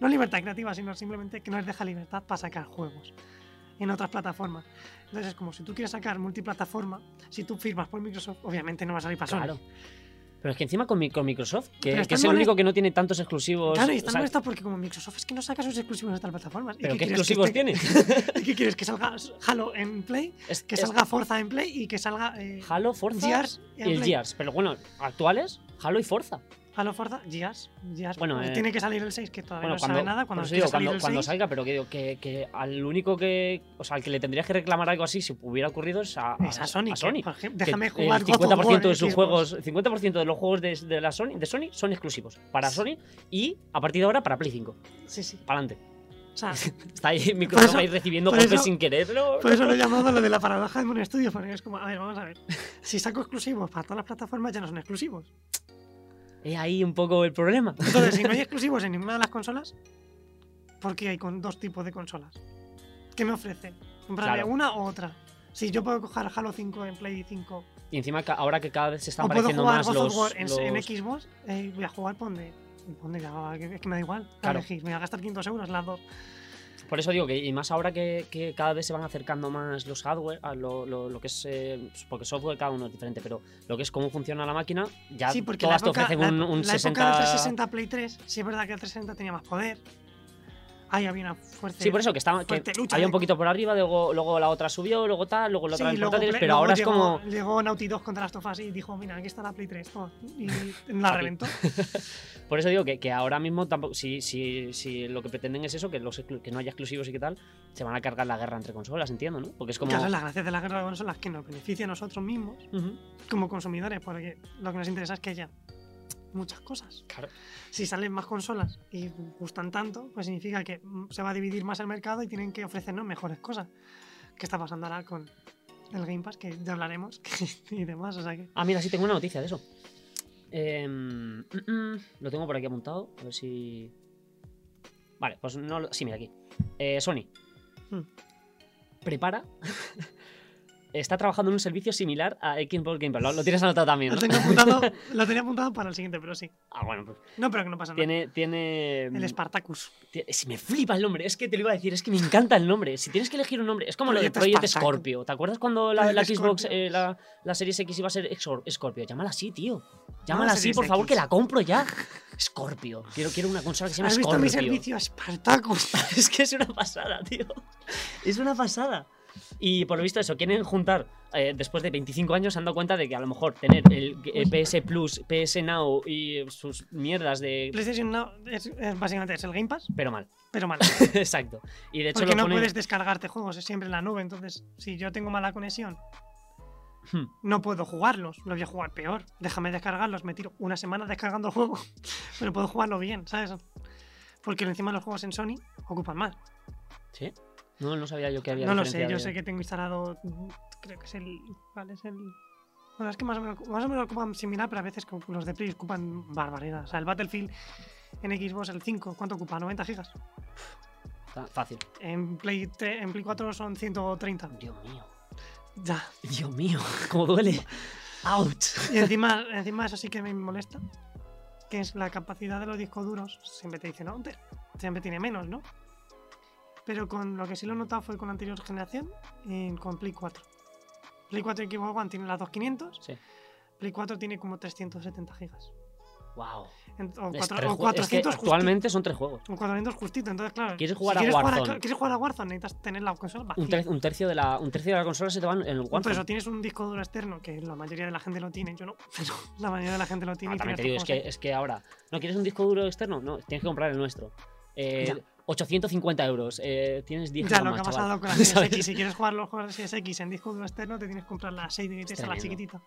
[SPEAKER 2] No libertad creativa, sino simplemente que no les deja libertad para sacar juegos en otras plataformas. Entonces es como si tú quieres sacar multiplataforma, si tú firmas por Microsoft, obviamente no va a salir para Sony.
[SPEAKER 1] Claro. Pero es que encima con, mi- con Microsoft, que,
[SPEAKER 2] Pero
[SPEAKER 1] que
[SPEAKER 2] están
[SPEAKER 1] es el
[SPEAKER 2] molest-
[SPEAKER 1] único que no tiene tantos exclusivos.
[SPEAKER 2] Claro,
[SPEAKER 1] Pues,
[SPEAKER 2] y
[SPEAKER 1] o
[SPEAKER 2] están
[SPEAKER 1] sea,
[SPEAKER 2] molestos porque como Microsoft es que no saca sus exclusivos en otras plataformas. ¿Y
[SPEAKER 1] ¿Pero qué
[SPEAKER 2] quieres que
[SPEAKER 1] exclusivos
[SPEAKER 2] esté-
[SPEAKER 1] tiene?
[SPEAKER 2] ¿Y qué quieres? ¿Que salga Halo en Play?
[SPEAKER 1] Es-
[SPEAKER 2] ¿Que
[SPEAKER 1] es
[SPEAKER 2] salga Forza en Play? ¿Y que salga eh,
[SPEAKER 1] Halo, Forza
[SPEAKER 2] Gears en
[SPEAKER 1] y el
[SPEAKER 2] Play?
[SPEAKER 1] Gears. Pero bueno, actuales, Halo y Forza.
[SPEAKER 2] Halo Forza, Gears, Gears.
[SPEAKER 1] Bueno,
[SPEAKER 2] porque
[SPEAKER 1] eh,
[SPEAKER 2] tiene que salir el 6, que todavía
[SPEAKER 1] Bueno,
[SPEAKER 2] no
[SPEAKER 1] cuando,
[SPEAKER 2] sabe nada. Cuando,
[SPEAKER 1] por eso
[SPEAKER 2] quiera
[SPEAKER 1] digo,
[SPEAKER 2] salir
[SPEAKER 1] cuando,
[SPEAKER 2] el
[SPEAKER 1] cuando
[SPEAKER 2] 6,
[SPEAKER 1] salga, pero que digo, que, que al único que. O sea, al que le tendrías que reclamar algo así si hubiera ocurrido es a, a-
[SPEAKER 2] es a Sony.
[SPEAKER 1] a
[SPEAKER 2] que,
[SPEAKER 1] Sony.
[SPEAKER 2] por ejemplo,
[SPEAKER 1] que
[SPEAKER 2] déjame
[SPEAKER 1] el
[SPEAKER 2] jugar God of
[SPEAKER 1] 50%
[SPEAKER 2] War eh,
[SPEAKER 1] de
[SPEAKER 2] en
[SPEAKER 1] sus
[SPEAKER 2] Xbox.
[SPEAKER 1] juegos, 50% de los juegos de, de la Sony, de Sony son exclusivos para Sony y a partir de ahora para Play 5.
[SPEAKER 2] Sí, sí.
[SPEAKER 1] Para adelante.
[SPEAKER 2] O sea,
[SPEAKER 1] Está ahí Microsoft
[SPEAKER 2] eso-
[SPEAKER 1] ahí recibiendo
[SPEAKER 2] por
[SPEAKER 1] golpes
[SPEAKER 2] eso-
[SPEAKER 1] sin quererlo.
[SPEAKER 2] por eso lo he llamado lo de la paradoja de un estudio, porque es como, a ver, vamos a ver. Si saco exclusivos para todas las plataformas, ya no son exclusivos.
[SPEAKER 1] Es ahí un poco el problema.
[SPEAKER 2] Entonces, si no hay exclusivos en ninguna de las consolas, ¿por qué hay con dos tipos de consolas? ¿Qué me ofrece? ¿Comprarme
[SPEAKER 1] Claro.
[SPEAKER 2] una o otra? Si yo puedo coger Halo 5 en Play 5
[SPEAKER 1] Y encima ca- ahora que cada vez se están
[SPEAKER 2] o puedo
[SPEAKER 1] pareciendo
[SPEAKER 2] jugar
[SPEAKER 1] más
[SPEAKER 2] God
[SPEAKER 1] los,
[SPEAKER 2] of War en,
[SPEAKER 1] los-
[SPEAKER 2] en Xbox, eh, voy a jugar ponde. Ponde ya, que- es que me da igual. para
[SPEAKER 1] Claro.
[SPEAKER 2] elegir, me voy a gastar 500 euros las dos.
[SPEAKER 1] Por eso digo que y más ahora que, que cada vez se van acercando más los hardware, a lo, lo- lo que es eh, porque software cada uno es diferente, pero lo que es cómo funciona la máquina, ya
[SPEAKER 2] sí, porque
[SPEAKER 1] todas
[SPEAKER 2] la época,
[SPEAKER 1] te
[SPEAKER 2] la,
[SPEAKER 1] ofrecen un, un
[SPEAKER 2] la
[SPEAKER 1] 60.
[SPEAKER 2] época del 360 Play 3, sí es verdad que el 360 tenía más poder. Ahí había una fuerza.
[SPEAKER 1] Sí, por eso que, estaba, que
[SPEAKER 2] Fuerte lucha,
[SPEAKER 1] había un
[SPEAKER 2] ¿eh?
[SPEAKER 1] poquito por arriba, luego, luego la otra subió, luego tal, luego la otra en
[SPEAKER 2] luego
[SPEAKER 1] portátiles,
[SPEAKER 2] Play-
[SPEAKER 1] pero
[SPEAKER 2] luego
[SPEAKER 1] ahora es
[SPEAKER 2] llegó,
[SPEAKER 1] como
[SPEAKER 2] Llegó Naughty 2 contra las tofas y dijo: Mira, aquí está la Play 3. toma", Y la
[SPEAKER 1] Papi.
[SPEAKER 2] reventó.
[SPEAKER 1] Por eso digo que, que ahora mismo tampoco, si, si, si lo que pretenden es eso, que, los, exclu- que no haya exclusivos y que tal, se van a cargar la guerra entre consolas, entiendo, ¿no? Porque es como...
[SPEAKER 2] Claro, las gracias de la guerra de consolas que nos beneficia a nosotros mismos
[SPEAKER 1] Ujú,
[SPEAKER 2] como consumidores, porque lo que nos interesa es que haya muchas cosas.
[SPEAKER 1] claro.
[SPEAKER 2] si salen más consolas y gustan tanto, pues significa que mm, se va a dividir más el mercado y tienen que ofrecernos mejores cosas. ¿Qué está pasando ahora con el Game Pass? Que ya hablaremos y demás. O sea que.
[SPEAKER 1] Ah, mira, sí tengo una noticia de eso. Em, mm, mm, lo tengo por aquí apuntado, a ver si... Vale, pues no... lo- Sí, mira aquí. Eh, Sony.
[SPEAKER 2] Hmm.
[SPEAKER 1] Prepara. Está trabajando en un servicio similar a Xbox Game Pass. Lo, lo tienes anotado también,
[SPEAKER 2] Lo
[SPEAKER 1] ¿no?
[SPEAKER 2] tenía, apuntado, lo tenía apuntado para el siguiente, pero sí.
[SPEAKER 1] Ah, bueno, pues
[SPEAKER 2] No, pero que no pasa nada.
[SPEAKER 1] tiene... tiene
[SPEAKER 2] El Spartacus.
[SPEAKER 1] Tie- Si me flipa el nombre, es que te lo iba a decir, es que me encanta el nombre. Si tienes que elegir un nombre, es como lo de
[SPEAKER 2] Proyecto
[SPEAKER 1] Project
[SPEAKER 2] Espartaco.
[SPEAKER 1] Scorpio. ¿Te acuerdas cuando la,
[SPEAKER 2] Project
[SPEAKER 1] la Xbox,
[SPEAKER 2] Scorpio.
[SPEAKER 1] eh, la, la Series X iba a ser Exor- Scorpio? Llámala así, tío.
[SPEAKER 2] Llámala
[SPEAKER 1] Llámala así,
[SPEAKER 2] Series
[SPEAKER 1] por favor,
[SPEAKER 2] X.
[SPEAKER 1] que la compro ya. Scorpio. Quiero, quiero una consola que se llama
[SPEAKER 2] ¿Has visto
[SPEAKER 1] Scorpio.
[SPEAKER 2] mi servicio Spartacus?
[SPEAKER 1] es que es una pasada, tío. Es una pasada. Y por lo visto eso, quieren juntar, eh, después de 25 años se han dado cuenta de que a lo mejor tener el, eh, PS Plus, PS Now y sus mierdas de...
[SPEAKER 2] PlayStation Now es, es básicamente es el Game Pass,
[SPEAKER 1] Pero mal,
[SPEAKER 2] pero mal.
[SPEAKER 1] exacto. Y de hecho
[SPEAKER 2] Porque
[SPEAKER 1] lo
[SPEAKER 2] no
[SPEAKER 1] ponen...
[SPEAKER 2] puedes descargarte juegos, es siempre en la nube. Entonces, si yo tengo mala conexión,
[SPEAKER 1] Hmm.
[SPEAKER 2] no puedo jugarlos, los voy a jugar peor. Déjame descargarlos, me tiro una semana descargando el juego, pero puedo jugarlo bien, ¿sabes? Porque encima los juegos en Sony ocupan más.
[SPEAKER 1] ¿Sí? No, no sabía yo que había
[SPEAKER 2] No lo sé,
[SPEAKER 1] diferencia
[SPEAKER 2] yo
[SPEAKER 1] de-
[SPEAKER 2] sé que tengo instalado, mm, creo que es el... ¿Cuál es el...? Bueno, es que más o menos, más o menos ocupan similar, pero a veces como los de Play ocupan barbaridad. O sea, el Battlefield en Xbox, el 5, ¿cuánto ocupa? 90 gigas.
[SPEAKER 1] Está Fácil.
[SPEAKER 2] En Play, 3 en Play 4 son 130.
[SPEAKER 1] Dios mío.
[SPEAKER 2] Ya.
[SPEAKER 1] Dios mío, cómo duele. Out.
[SPEAKER 2] Y encima, encima eso sí que me molesta, que es la capacidad de los discos duros. Siempre te dicen, no, te- siempre tiene menos, ¿no? Pero con lo que sí lo he notado fue con la anterior generación, en- con Play 4. Play 4 y Xbox One tienen las 2500,
[SPEAKER 1] Sí.
[SPEAKER 2] Play 4 tiene como 370 gigas.
[SPEAKER 1] Wow.
[SPEAKER 2] Ent- O,
[SPEAKER 1] Es
[SPEAKER 2] cuatro-
[SPEAKER 1] tres jue-
[SPEAKER 2] o
[SPEAKER 1] es que
[SPEAKER 2] 400 justitos.
[SPEAKER 1] actualmente son tres juegos.
[SPEAKER 2] O 400 justito, entonces claro.
[SPEAKER 1] ¿Quieres
[SPEAKER 2] si
[SPEAKER 1] jugar a Warzone?
[SPEAKER 2] Cla- ¿Quieres jugar a Warzone? Necesitas tener la consola vacía.
[SPEAKER 1] Un, ter- un tercio de la, un tercio de la consola se te va en el
[SPEAKER 2] Entonces, o
[SPEAKER 1] Warzone.
[SPEAKER 2] tienes un disco duro externo, que la mayoría de la gente lo tiene, yo no, pero la mayoría de la gente lo tiene.
[SPEAKER 1] Ah,
[SPEAKER 2] y
[SPEAKER 1] también
[SPEAKER 2] tiene este
[SPEAKER 1] te digo, es
[SPEAKER 2] estos
[SPEAKER 1] que, es que ahora, ¿no quieres un disco duro externo? No, tienes que comprar el nuestro. Eh,
[SPEAKER 2] Ya.
[SPEAKER 1] 850 euros, eh, tienes 10
[SPEAKER 2] juegos. Ya,
[SPEAKER 1] gigas
[SPEAKER 2] lo
[SPEAKER 1] más,
[SPEAKER 2] que ha
[SPEAKER 1] chaval.
[SPEAKER 2] pasado con la
[SPEAKER 1] ¿Sabes?
[SPEAKER 2] CSX. Si quieres jugar los juegos de CSX en disco duro externo, te tienes que comprar la 6 de esa, la
[SPEAKER 1] tremendo.
[SPEAKER 2] chiquitita.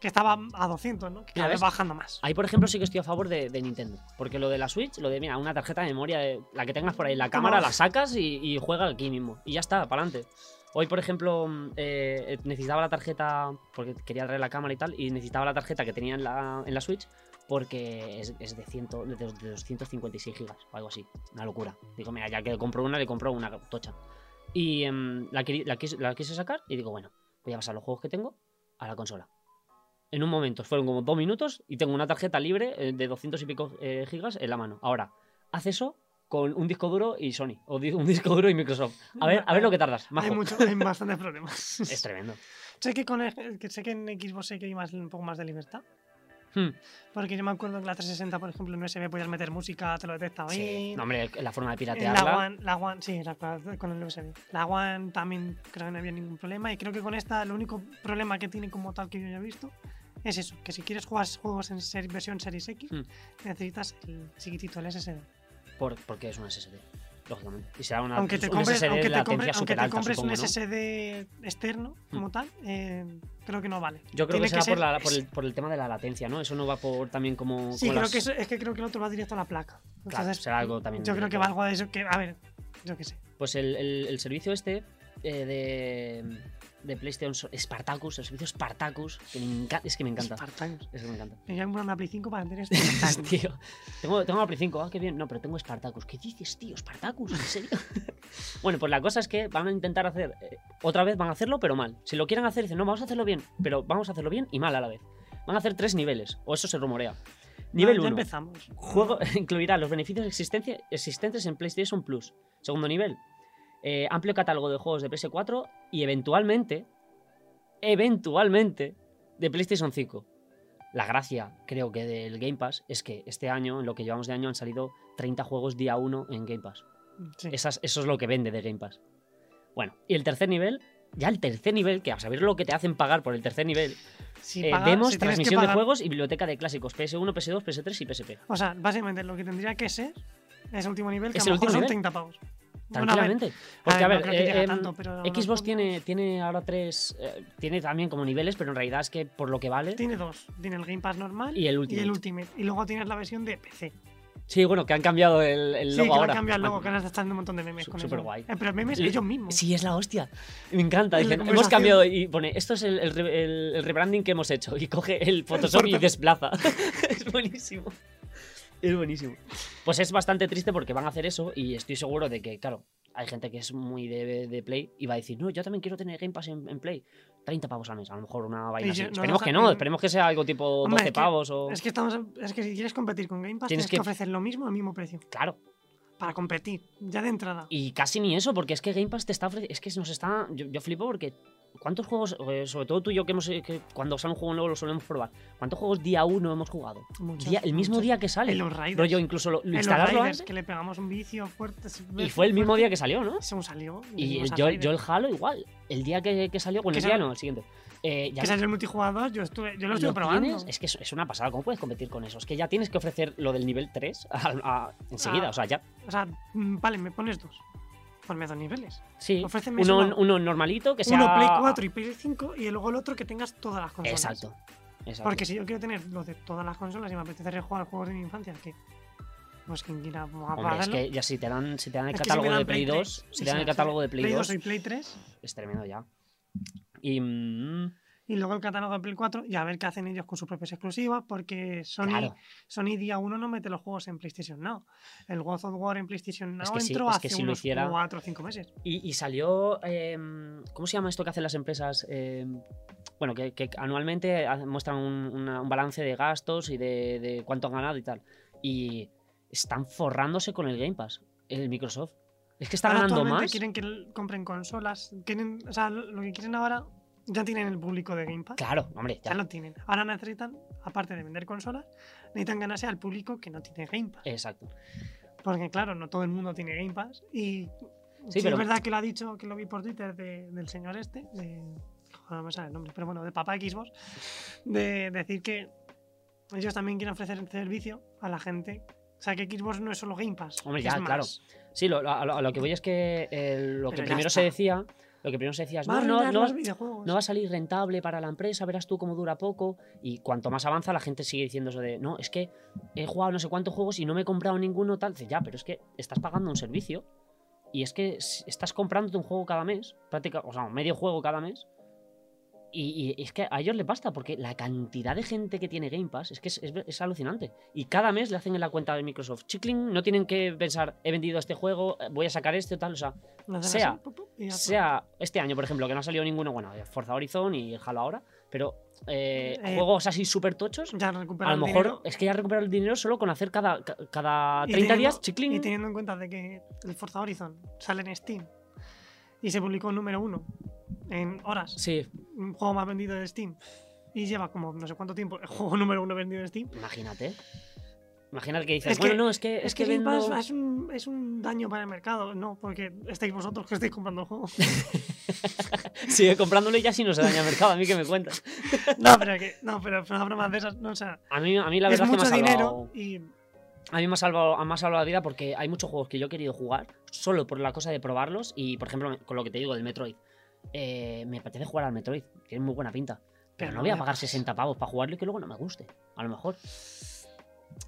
[SPEAKER 2] Que estaba a 200, ¿no? Que
[SPEAKER 1] Mira,
[SPEAKER 2] cada vez
[SPEAKER 1] ¿ves?
[SPEAKER 2] bajando más.
[SPEAKER 1] Ahí, por ejemplo, sí que estoy a favor de, de Nintendo. Porque lo de la Switch, lo de, mira, una tarjeta de memoria, de- la que tengas por ahí, la
[SPEAKER 2] Toma.
[SPEAKER 1] cámara la sacas y, y juega aquí mismo. Y ya está, para adelante. Hoy, por ejemplo, mm, eh, eh, necesitaba la tarjeta, porque quería traer la cámara y tal, y necesitaba la tarjeta que tenía en la, en la Switch, porque es, es de, 100, de dos- de 256 gigas o algo así. Una locura. Digo, mira, ya que compro una, le compro una tocha. Y em, la, queri- la quis- la quise sacar y digo, bueno, voy a pasar los juegos que tengo a la consola. En un momento, fueron como dos minutos y tengo una tarjeta libre eh, de 200 y pico eh, gigas en la mano. Ahora, haz eso con un disco duro y Sony, o di- un disco duro y Microsoft. A ver, a ver lo que tardas, majo.
[SPEAKER 2] Hay, mucho, hay bastantes problemas.
[SPEAKER 1] Es tremendo.
[SPEAKER 2] sé, que con, el- que sé que en Xbox hay que hay más, un poco más de libertad.
[SPEAKER 1] Hmm.
[SPEAKER 2] Porque yo me acuerdo que la 360, por ejemplo, en USB podías meter música, te lo detecta bien.
[SPEAKER 1] Sí. No, hombre, la forma de
[SPEAKER 2] En La
[SPEAKER 1] piratearla.
[SPEAKER 2] One, la One, sí, la- con el USB. La One también creo que no había ningún problema. Y creo que con esta, el único problema que tiene como tal que yo haya visto es eso: que si quieres jugar juegos en ser- versión Series X,
[SPEAKER 1] Hmm. Ah,
[SPEAKER 2] necesitas el chiquitito, el SSD.
[SPEAKER 1] por- porque es un SSD, lógicamente. Y será una,
[SPEAKER 2] Aunque te
[SPEAKER 1] un
[SPEAKER 2] compres,
[SPEAKER 1] SSD de
[SPEAKER 2] aunque te
[SPEAKER 1] latencia
[SPEAKER 2] compres, aunque te
[SPEAKER 1] superalta,
[SPEAKER 2] compres un
[SPEAKER 1] supongo, ¿no? Hmm.
[SPEAKER 2] SSD externo como tal, eh, creo que no vale.
[SPEAKER 1] Yo creo
[SPEAKER 2] Tiene
[SPEAKER 1] que será por,
[SPEAKER 2] ser-
[SPEAKER 1] la- por el, por el tema de la latencia, ¿no? Eso no va por también como.
[SPEAKER 2] Sí,
[SPEAKER 1] como
[SPEAKER 2] creo
[SPEAKER 1] las-
[SPEAKER 2] que eso- es que creo que el otro va directo a la placa.
[SPEAKER 1] Claro,
[SPEAKER 2] Entonces,
[SPEAKER 1] será algo también
[SPEAKER 2] Yo creo que
[SPEAKER 1] directo.
[SPEAKER 2] va algo de eso que, a ver, yo qué sé.
[SPEAKER 1] Pues el, el- el servicio este eh, de, de PlayStation so- Spartacus, el servicio Spartacus, que me enca- es que me encanta.
[SPEAKER 2] Spartacus.
[SPEAKER 1] Es que me encanta.
[SPEAKER 2] Me voy a comprar una Play 5 para tener
[SPEAKER 1] Es,
[SPEAKER 2] Spartacus.
[SPEAKER 1] tío, tengo, tengo la Play 5, ah, qué bien. No, pero tengo Spartacus. ¿Qué dices, tío? ¿Spartacus? ¿En serio? bueno, pues la cosa es que van a intentar hacer. eh, otra vez van a hacerlo, pero mal. Si lo quieren hacer, dicen, no, vamos a hacerlo bien, pero vamos a hacerlo bien y mal a la vez. Van a hacer tres niveles, o eso se rumorea. Nivel 1.
[SPEAKER 2] Bueno, Ah, Ya empezamos.
[SPEAKER 1] Juego incluirá los beneficios existencia- existentes en PlayStation Plus. Segundo nivel, eh, amplio catálogo de juegos de PS4 y eventualmente, eventualmente, de PlayStation 5. La gracia, creo que, del Game Pass es que este año, en lo que llevamos de año, han salido 30 juegos día 1 en Game Pass.
[SPEAKER 2] Sí.
[SPEAKER 1] Esas- eso es lo que vende de Game Pass. Bueno, y el tercer nivel, ya el tercer nivel, que a saber lo que te hacen pagar por el tercer nivel,
[SPEAKER 2] Si
[SPEAKER 1] eh,
[SPEAKER 2] pagas,
[SPEAKER 1] demos,
[SPEAKER 2] si tienes que
[SPEAKER 1] transmisión de
[SPEAKER 2] pagar-
[SPEAKER 1] juegos y biblioteca de clásicos PS1, PS2, PS3 y PSP.
[SPEAKER 2] O sea, básicamente lo que tendría que ser es el último nivel, que
[SPEAKER 1] Es
[SPEAKER 2] a lo
[SPEAKER 1] el
[SPEAKER 2] mejor
[SPEAKER 1] último
[SPEAKER 2] son
[SPEAKER 1] nivel.
[SPEAKER 2] 30 pavos. Bueno, a ver,
[SPEAKER 1] Tranquilamente. Porque, a ver,
[SPEAKER 2] no creo que llegue
[SPEAKER 1] eh, em,
[SPEAKER 2] tanto, pero a lo mejor-
[SPEAKER 1] Xbox tiene, tiene ahora tres. eh, tiene también como niveles, pero en realidad es que por lo que vale.
[SPEAKER 2] Tiene dos. Tiene el Game Pass normal
[SPEAKER 1] Y el
[SPEAKER 2] y
[SPEAKER 1] Ultimate.
[SPEAKER 2] el Ultimate. Y luego tienes la versión de PC.
[SPEAKER 1] Sí, bueno, que han cambiado el, el
[SPEAKER 2] sí,
[SPEAKER 1] logo
[SPEAKER 2] que
[SPEAKER 1] ahora.
[SPEAKER 2] han cambiado el logo, que
[SPEAKER 1] Ah,
[SPEAKER 2] ahora están haciendo un montón de memes
[SPEAKER 1] Su-
[SPEAKER 2] con eso.
[SPEAKER 1] superguay.
[SPEAKER 2] Eh, pero memes
[SPEAKER 1] Le-
[SPEAKER 2] ellos mismos.
[SPEAKER 1] Sí, es la hostia. Me encanta.
[SPEAKER 2] Es la
[SPEAKER 1] Dicen, hemos
[SPEAKER 2] conversación".
[SPEAKER 1] cambiado y pone, esto es el, el re- el- el rebranding que hemos hecho. Y coge el Photoshop y
[SPEAKER 2] Photoshop.
[SPEAKER 1] desplaza. es buenísimo. Es buenísimo. Pues es bastante triste porque van a hacer eso y estoy seguro de que, claro, hay gente que es muy de, de Play y va a decir, no, yo también quiero tener Game Pass en, en Play. 30 pavos al mes, a lo mejor una vaina
[SPEAKER 2] Y
[SPEAKER 1] así.
[SPEAKER 2] Pues yo- no
[SPEAKER 1] esperemos
[SPEAKER 2] nos
[SPEAKER 1] que
[SPEAKER 2] ha-
[SPEAKER 1] no, esperemos que sea algo tipo
[SPEAKER 2] Hombre,
[SPEAKER 1] 12
[SPEAKER 2] es que-
[SPEAKER 1] pavos o...
[SPEAKER 2] Es que, estamos, es que si quieres competir con Game Pass,
[SPEAKER 1] Tienes
[SPEAKER 2] tienes, que...
[SPEAKER 1] que-
[SPEAKER 2] ofrecer lo mismo al mismo precio.
[SPEAKER 1] Claro.
[SPEAKER 2] Para competir, ya de entrada.
[SPEAKER 1] Y casi ni eso, porque es que Game Pass te está ofreciendo. Es que nos está. Yo, yo flipo porque. ¿Cuántos juegos, eh, sobre todo tú y yo, que, hemos, eh, que cuando sale un juego nuevo lo solemos probar? ¿Cuántos juegos día uno hemos jugado?
[SPEAKER 2] Muchos,
[SPEAKER 1] Día- el mismo
[SPEAKER 2] muchos.
[SPEAKER 1] día que sale.
[SPEAKER 2] En los Raiders.
[SPEAKER 1] Rollo, incluso lo, lo
[SPEAKER 2] En los
[SPEAKER 1] instalarlo
[SPEAKER 2] Raiders,
[SPEAKER 1] antes,
[SPEAKER 2] que le pegamos un vicio fuerte.
[SPEAKER 1] Y fue el mismo día que salió, ¿no?
[SPEAKER 2] Según salió. le
[SPEAKER 1] Y
[SPEAKER 2] dimos
[SPEAKER 1] el-
[SPEAKER 2] al
[SPEAKER 1] yo,
[SPEAKER 2] Raider.
[SPEAKER 1] yo el Halo igual. El día que, que salió, bueno,
[SPEAKER 2] Que
[SPEAKER 1] el día
[SPEAKER 2] sal-
[SPEAKER 1] no, el siguiente. Eh, ya
[SPEAKER 2] que salió el multijugador, yo, estuve, yo lo estuve
[SPEAKER 1] lo
[SPEAKER 2] probando.
[SPEAKER 1] tienes- es que es, es una pasada, ¿cómo puedes competir con eso? Es que ya tienes que ofrecer lo del nivel 3 a- a- enseguida,
[SPEAKER 2] Ah.
[SPEAKER 1] o sea, ya.
[SPEAKER 2] O sea, mm, vale, me pones dos. Ponme dos niveles.
[SPEAKER 1] Sí,
[SPEAKER 2] Ofréceme eso,
[SPEAKER 1] uno,
[SPEAKER 2] ¿no?
[SPEAKER 1] uno normalito que sea.
[SPEAKER 2] Uno Play 4 y Play 5 y luego el otro que tengas todas las consolas.
[SPEAKER 1] Exacto. exacto.
[SPEAKER 2] Porque si yo quiero tener lo de todas las consolas y me apetece rejugar juegos de mi infancia, que pues quien quiera va
[SPEAKER 1] Hombre,
[SPEAKER 2] a
[SPEAKER 1] es
[SPEAKER 2] pagarlo.
[SPEAKER 1] que ya si te dan, si te dan el
[SPEAKER 2] Es que si
[SPEAKER 1] catálogo
[SPEAKER 2] me dan
[SPEAKER 1] de Play 2,
[SPEAKER 2] 3,
[SPEAKER 1] si
[SPEAKER 2] y
[SPEAKER 1] te dan
[SPEAKER 2] me
[SPEAKER 1] el catálogo de
[SPEAKER 2] Play 2
[SPEAKER 1] 2,
[SPEAKER 2] y Play 3
[SPEAKER 1] es tremendo ya. Y mm,
[SPEAKER 2] y luego el catálogo de Play 4 y a ver qué hacen ellos con sus propias exclusivas porque Sony,
[SPEAKER 1] claro,
[SPEAKER 2] Sony día 1 no mete los juegos en PlayStation Now. El God of War en PlayStation Now
[SPEAKER 1] Es que sí,
[SPEAKER 2] entró
[SPEAKER 1] es
[SPEAKER 2] hace
[SPEAKER 1] que si lo
[SPEAKER 2] unos
[SPEAKER 1] hiciera-
[SPEAKER 2] 4 o 5 meses.
[SPEAKER 1] y, y salió, em, ¿cómo se llama esto que hacen las empresas? Em, bueno, que, que anualmente ha- muestran un, una- un balance de gastos y de, de cuánto han ganado y tal. Y están forrándose con el Game Pass, el Microsoft. Es que está
[SPEAKER 2] Ahora
[SPEAKER 1] ganando
[SPEAKER 2] actualmente
[SPEAKER 1] más.
[SPEAKER 2] quieren que l- compren consolas. Quieren, o sea, lo lo que quieren ahora Ya tienen el público de Game Pass.
[SPEAKER 1] Claro, hombre,
[SPEAKER 2] Ya
[SPEAKER 1] ya.
[SPEAKER 2] lo tienen. Ahora necesitan, aparte de vender consolas, necesitan ganarse al público que no tiene Game Pass.
[SPEAKER 1] Exacto.
[SPEAKER 2] Porque, claro, no todo el mundo tiene Game Pass. Y sí,
[SPEAKER 1] pero-
[SPEAKER 2] es verdad que lo ha dicho, que lo vi por Twitter de- del señor este, de, joder, no me sale el nombre, pero bueno, de Papá Xbox, de decir que ellos también quieren ofrecer el servicio a la gente. O sea, que Xbox no es solo Game Pass.
[SPEAKER 1] Hombre,
[SPEAKER 2] que
[SPEAKER 1] ya,
[SPEAKER 2] es más.
[SPEAKER 1] claro. Sí, lo, lo- a lo- a lo que voy es que eh, lo
[SPEAKER 2] Pero
[SPEAKER 1] que
[SPEAKER 2] ya
[SPEAKER 1] primero
[SPEAKER 2] está.
[SPEAKER 1] se decía, lo que primero se decía es,
[SPEAKER 2] Va a
[SPEAKER 1] no, no,
[SPEAKER 2] arruinar
[SPEAKER 1] no,
[SPEAKER 2] los
[SPEAKER 1] vas-
[SPEAKER 2] videojuegos.
[SPEAKER 1] no va a salir rentable para la empresa, verás tú cómo dura poco. Y cuanto más avanza, la gente sigue diciendo eso de, no, es que he jugado no sé cuántos juegos y no me he comprado ninguno tal. Dice, ya, pero es que estás pagando un servicio y es que s- estás comprándote un juego cada mes, práctica, o sea, un medio juego cada mes. Y, y es que a ellos les basta, porque la cantidad de gente que tiene Game Pass es que es, es- es alucinante. Y cada mes le hacen en la cuenta de Microsoft Chicling, no tienen que pensar, he vendido este juego, eh, voy a sacar este o tal. O sea,
[SPEAKER 2] No hacen
[SPEAKER 1] sea-
[SPEAKER 2] así, pu, pu, y ya está.
[SPEAKER 1] sea este año, por ejemplo, que no ha salido ninguno, bueno, eh, Forza Horizon y Halo ahora, pero eh,
[SPEAKER 2] Eh,
[SPEAKER 1] juegos así súper tochos,
[SPEAKER 2] Ya
[SPEAKER 1] a
[SPEAKER 2] recuperan
[SPEAKER 1] lo
[SPEAKER 2] el
[SPEAKER 1] mejor
[SPEAKER 2] dinero.
[SPEAKER 1] es que ya recuperar el dinero solo con hacer cada, ca- cada
[SPEAKER 2] Y
[SPEAKER 1] 30 días
[SPEAKER 2] teniendo-
[SPEAKER 1] chicling.
[SPEAKER 2] Y teniendo en cuenta de que el Forza Horizon sale en Steam y se publicó número uno en horas,
[SPEAKER 1] Sí,
[SPEAKER 2] un juego más vendido de Steam, y lleva como no sé cuánto tiempo el juego número uno vendido de Steam.
[SPEAKER 1] imagínate. Imagínate que dices,
[SPEAKER 2] Es que-
[SPEAKER 1] bueno, no, es que,
[SPEAKER 2] Es,
[SPEAKER 1] es
[SPEAKER 2] que,
[SPEAKER 1] que,
[SPEAKER 2] Game
[SPEAKER 1] vendo...
[SPEAKER 2] Pass es un, es un daño para el mercado, no, porque estáis vosotros que estáis comprando el juego.
[SPEAKER 1] sigue comprándolo y ya si no se daña el mercado, a mí que me cuentas.
[SPEAKER 2] no, pero que, no, pero pero bromas de esas, no, o sea,
[SPEAKER 1] A mí, a mí la
[SPEAKER 2] es
[SPEAKER 1] verdad es que me ha
[SPEAKER 2] mucho
[SPEAKER 1] salvado...
[SPEAKER 2] dinero y
[SPEAKER 1] A mí me ha salvado, me ha salvado la vida porque hay muchos juegos que yo he querido jugar solo por la cosa de probarlos y, por ejemplo, con lo que te digo del Metroid. Eh, me apetece jugar al Metroid, tiene muy buena pinta. Pero
[SPEAKER 2] Pero
[SPEAKER 1] no
[SPEAKER 2] no
[SPEAKER 1] voy a
[SPEAKER 2] me
[SPEAKER 1] pagar
[SPEAKER 2] pasa.
[SPEAKER 1] 60 pavos para jugarlo y que luego no me guste, a lo mejor.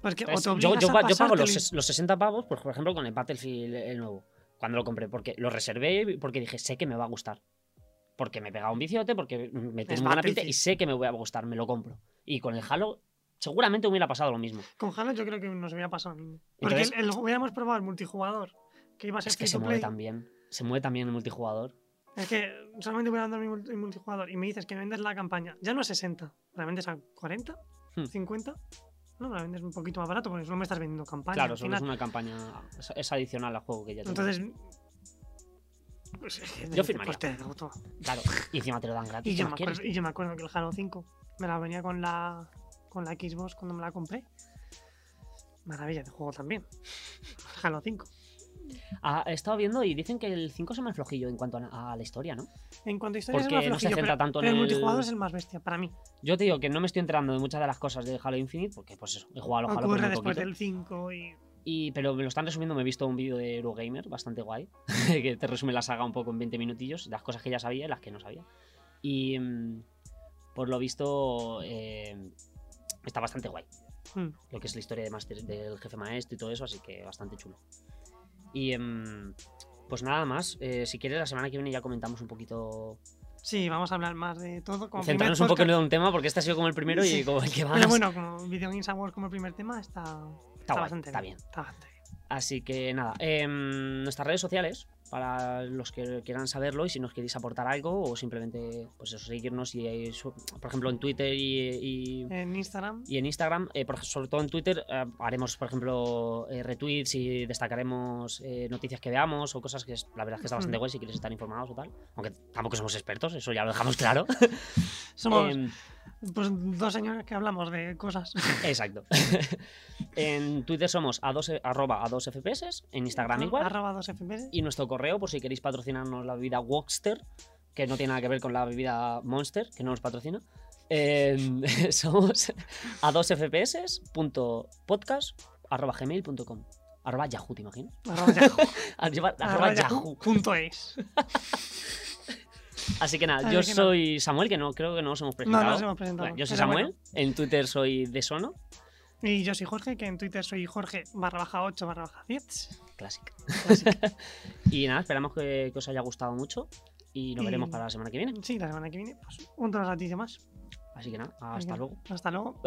[SPEAKER 2] porque o
[SPEAKER 1] Entonces,
[SPEAKER 2] te
[SPEAKER 1] Pues yo,
[SPEAKER 2] obligas
[SPEAKER 1] yo
[SPEAKER 2] a
[SPEAKER 1] pa- yo pago
[SPEAKER 2] pasártelo
[SPEAKER 1] los,
[SPEAKER 2] y-
[SPEAKER 1] ses- los 60 pavos, pues, por ejemplo, con el Battlefield el nuevo, cuando lo compré, porque lo reservé porque dije, sé que me va a gustar. Porque me he pegado un viciote, porque me tengo una pinta
[SPEAKER 2] Battlefield.
[SPEAKER 1] y sé que me voy a gustar, me lo compro. Y con el Halo seguramente hubiera pasado lo mismo.
[SPEAKER 2] Con Halo yo creo que nos hubiera pasado lo mismo. Porque
[SPEAKER 1] Entonces-
[SPEAKER 2] el, el- hubiéramos probado el multijugador, que iba a ser
[SPEAKER 1] Es que
[SPEAKER 2] free
[SPEAKER 1] se
[SPEAKER 2] to
[SPEAKER 1] mueve
[SPEAKER 2] play.
[SPEAKER 1] también, se mueve también el multijugador.
[SPEAKER 2] Es que solamente hubiera dado el mul- el multijugador y me dices que me vendes la campaña, ya no a 60, la vendes a 40,
[SPEAKER 1] Hmm.
[SPEAKER 2] 50. No, la vendes un poquito más barato porque no me estás vendiendo campaña.
[SPEAKER 1] Claro,
[SPEAKER 2] al
[SPEAKER 1] solo es
[SPEAKER 2] final.
[SPEAKER 1] una campaña. Es, es adicional al juego que ya tenemos.
[SPEAKER 2] Entonces. pues es que
[SPEAKER 1] Yo
[SPEAKER 2] dices,
[SPEAKER 1] firmaría.
[SPEAKER 2] pues te lo todo.
[SPEAKER 1] Claro, y encima te lo dan gratis.
[SPEAKER 2] Y
[SPEAKER 1] ¿qué
[SPEAKER 2] yo,
[SPEAKER 1] más
[SPEAKER 2] me
[SPEAKER 1] quieres?
[SPEAKER 2] acuerdo, y yo me acuerdo que el Halo 5 me la venía con la, con la Xbox cuando me la compré. Maravilla de juego también. Halo 5.
[SPEAKER 1] Ah, he estado viendo y dicen que el 5 se más flojillo en cuanto a, la- a la historia, ¿no?
[SPEAKER 2] En cuanto a historia es
[SPEAKER 1] Porque
[SPEAKER 2] más
[SPEAKER 1] no se
[SPEAKER 2] flojillo,
[SPEAKER 1] centra
[SPEAKER 2] pero,
[SPEAKER 1] tanto en
[SPEAKER 2] pero el
[SPEAKER 1] el-
[SPEAKER 2] multijugador es el más bestia para mí.
[SPEAKER 1] Yo te digo que no me estoy enterando de muchas de las cosas de Halo Infinite, porque pues eso, he jugado a los Halo por
[SPEAKER 2] Ocurre
[SPEAKER 1] muy
[SPEAKER 2] después
[SPEAKER 1] poquito.
[SPEAKER 2] del 5 y
[SPEAKER 1] Y, pero me lo están resumiendo, me he visto un vídeo de Eurogamer, bastante guay, que te resume la saga un poco en 20 minutillos, las cosas que ya sabía y las que no sabía. Y mm, por lo visto eh, está bastante guay.
[SPEAKER 2] hmm,
[SPEAKER 1] lo que es la historia de Master- del jefe maestro y todo eso, así que bastante chulo. Y em, pues nada más, eh, si quieres la semana que viene ya comentamos un poquito,
[SPEAKER 2] Sí, vamos a hablar más de todo. Como primer
[SPEAKER 1] centrarnos un poco en
[SPEAKER 2] podcast.
[SPEAKER 1] un tema porque este ha sido como el primero y
[SPEAKER 2] Sí.
[SPEAKER 1] como el que más
[SPEAKER 2] Pero bueno, como Video Games Awards como primer tema está,
[SPEAKER 1] está, guay,
[SPEAKER 2] bastante
[SPEAKER 1] está
[SPEAKER 2] bien.
[SPEAKER 1] bien.
[SPEAKER 2] Está bastante bien.
[SPEAKER 1] Así que nada, em, nuestras redes sociales para los que quieran saberlo y si nos queréis aportar algo o simplemente pues eso, seguirnos y eh, su- por ejemplo en Twitter y- y
[SPEAKER 2] En Instagram,
[SPEAKER 1] Y en Instagram, eh, por- sobre todo en Twitter, eh, haremos, por ejemplo, eh, retweets y destacaremos eh, noticias que veamos o cosas que es- la verdad es que está bastante
[SPEAKER 2] Ujú.
[SPEAKER 1] guay si quieres estar informados o tal. Aunque tampoco somos expertos, eso ya lo dejamos claro.
[SPEAKER 2] somos
[SPEAKER 1] Em,
[SPEAKER 2] pues, dos señores que hablamos de cosas.
[SPEAKER 1] exacto. en Twitter somos a dos, arroba a 2 FPS, en Instagram igual.
[SPEAKER 2] Arroba 2 FPS.
[SPEAKER 1] Y nuestro correo, por si queréis patrocinarnos la bebida Wokster, que no tiene nada que ver con la bebida Monster, que no nos patrocina. em, somos a 2 fpscom Arroba Yahoo, ¿te imaginas?
[SPEAKER 2] Arroba Yahoo.
[SPEAKER 1] Arroba, arroba
[SPEAKER 2] arroba
[SPEAKER 1] Yahoo. Pues
[SPEAKER 2] Yahoo. Punto es.
[SPEAKER 1] Así que nada,
[SPEAKER 2] Así
[SPEAKER 1] yo
[SPEAKER 2] que nada.
[SPEAKER 1] soy Samuel, que no creo que no nos hemos
[SPEAKER 2] No,
[SPEAKER 1] presentado.
[SPEAKER 2] no nos hemos presentado.
[SPEAKER 1] Bueno, yo soy
[SPEAKER 2] pero
[SPEAKER 1] Samuel,
[SPEAKER 2] bueno.
[SPEAKER 1] en Twitter soy Desono,
[SPEAKER 2] Y yo soy Jorge, que en Twitter soy Jorge barra baja 8 barra baja 10.
[SPEAKER 1] clásica.
[SPEAKER 2] Así que,
[SPEAKER 1] Y nada, esperamos que, que os haya gustado mucho y nos
[SPEAKER 2] Y-
[SPEAKER 1] veremos para la semana que viene.
[SPEAKER 2] sí, la semana que viene, pues un ratito más.
[SPEAKER 1] Así que nada, hasta
[SPEAKER 2] Venga,
[SPEAKER 1] luego.
[SPEAKER 2] Hasta luego.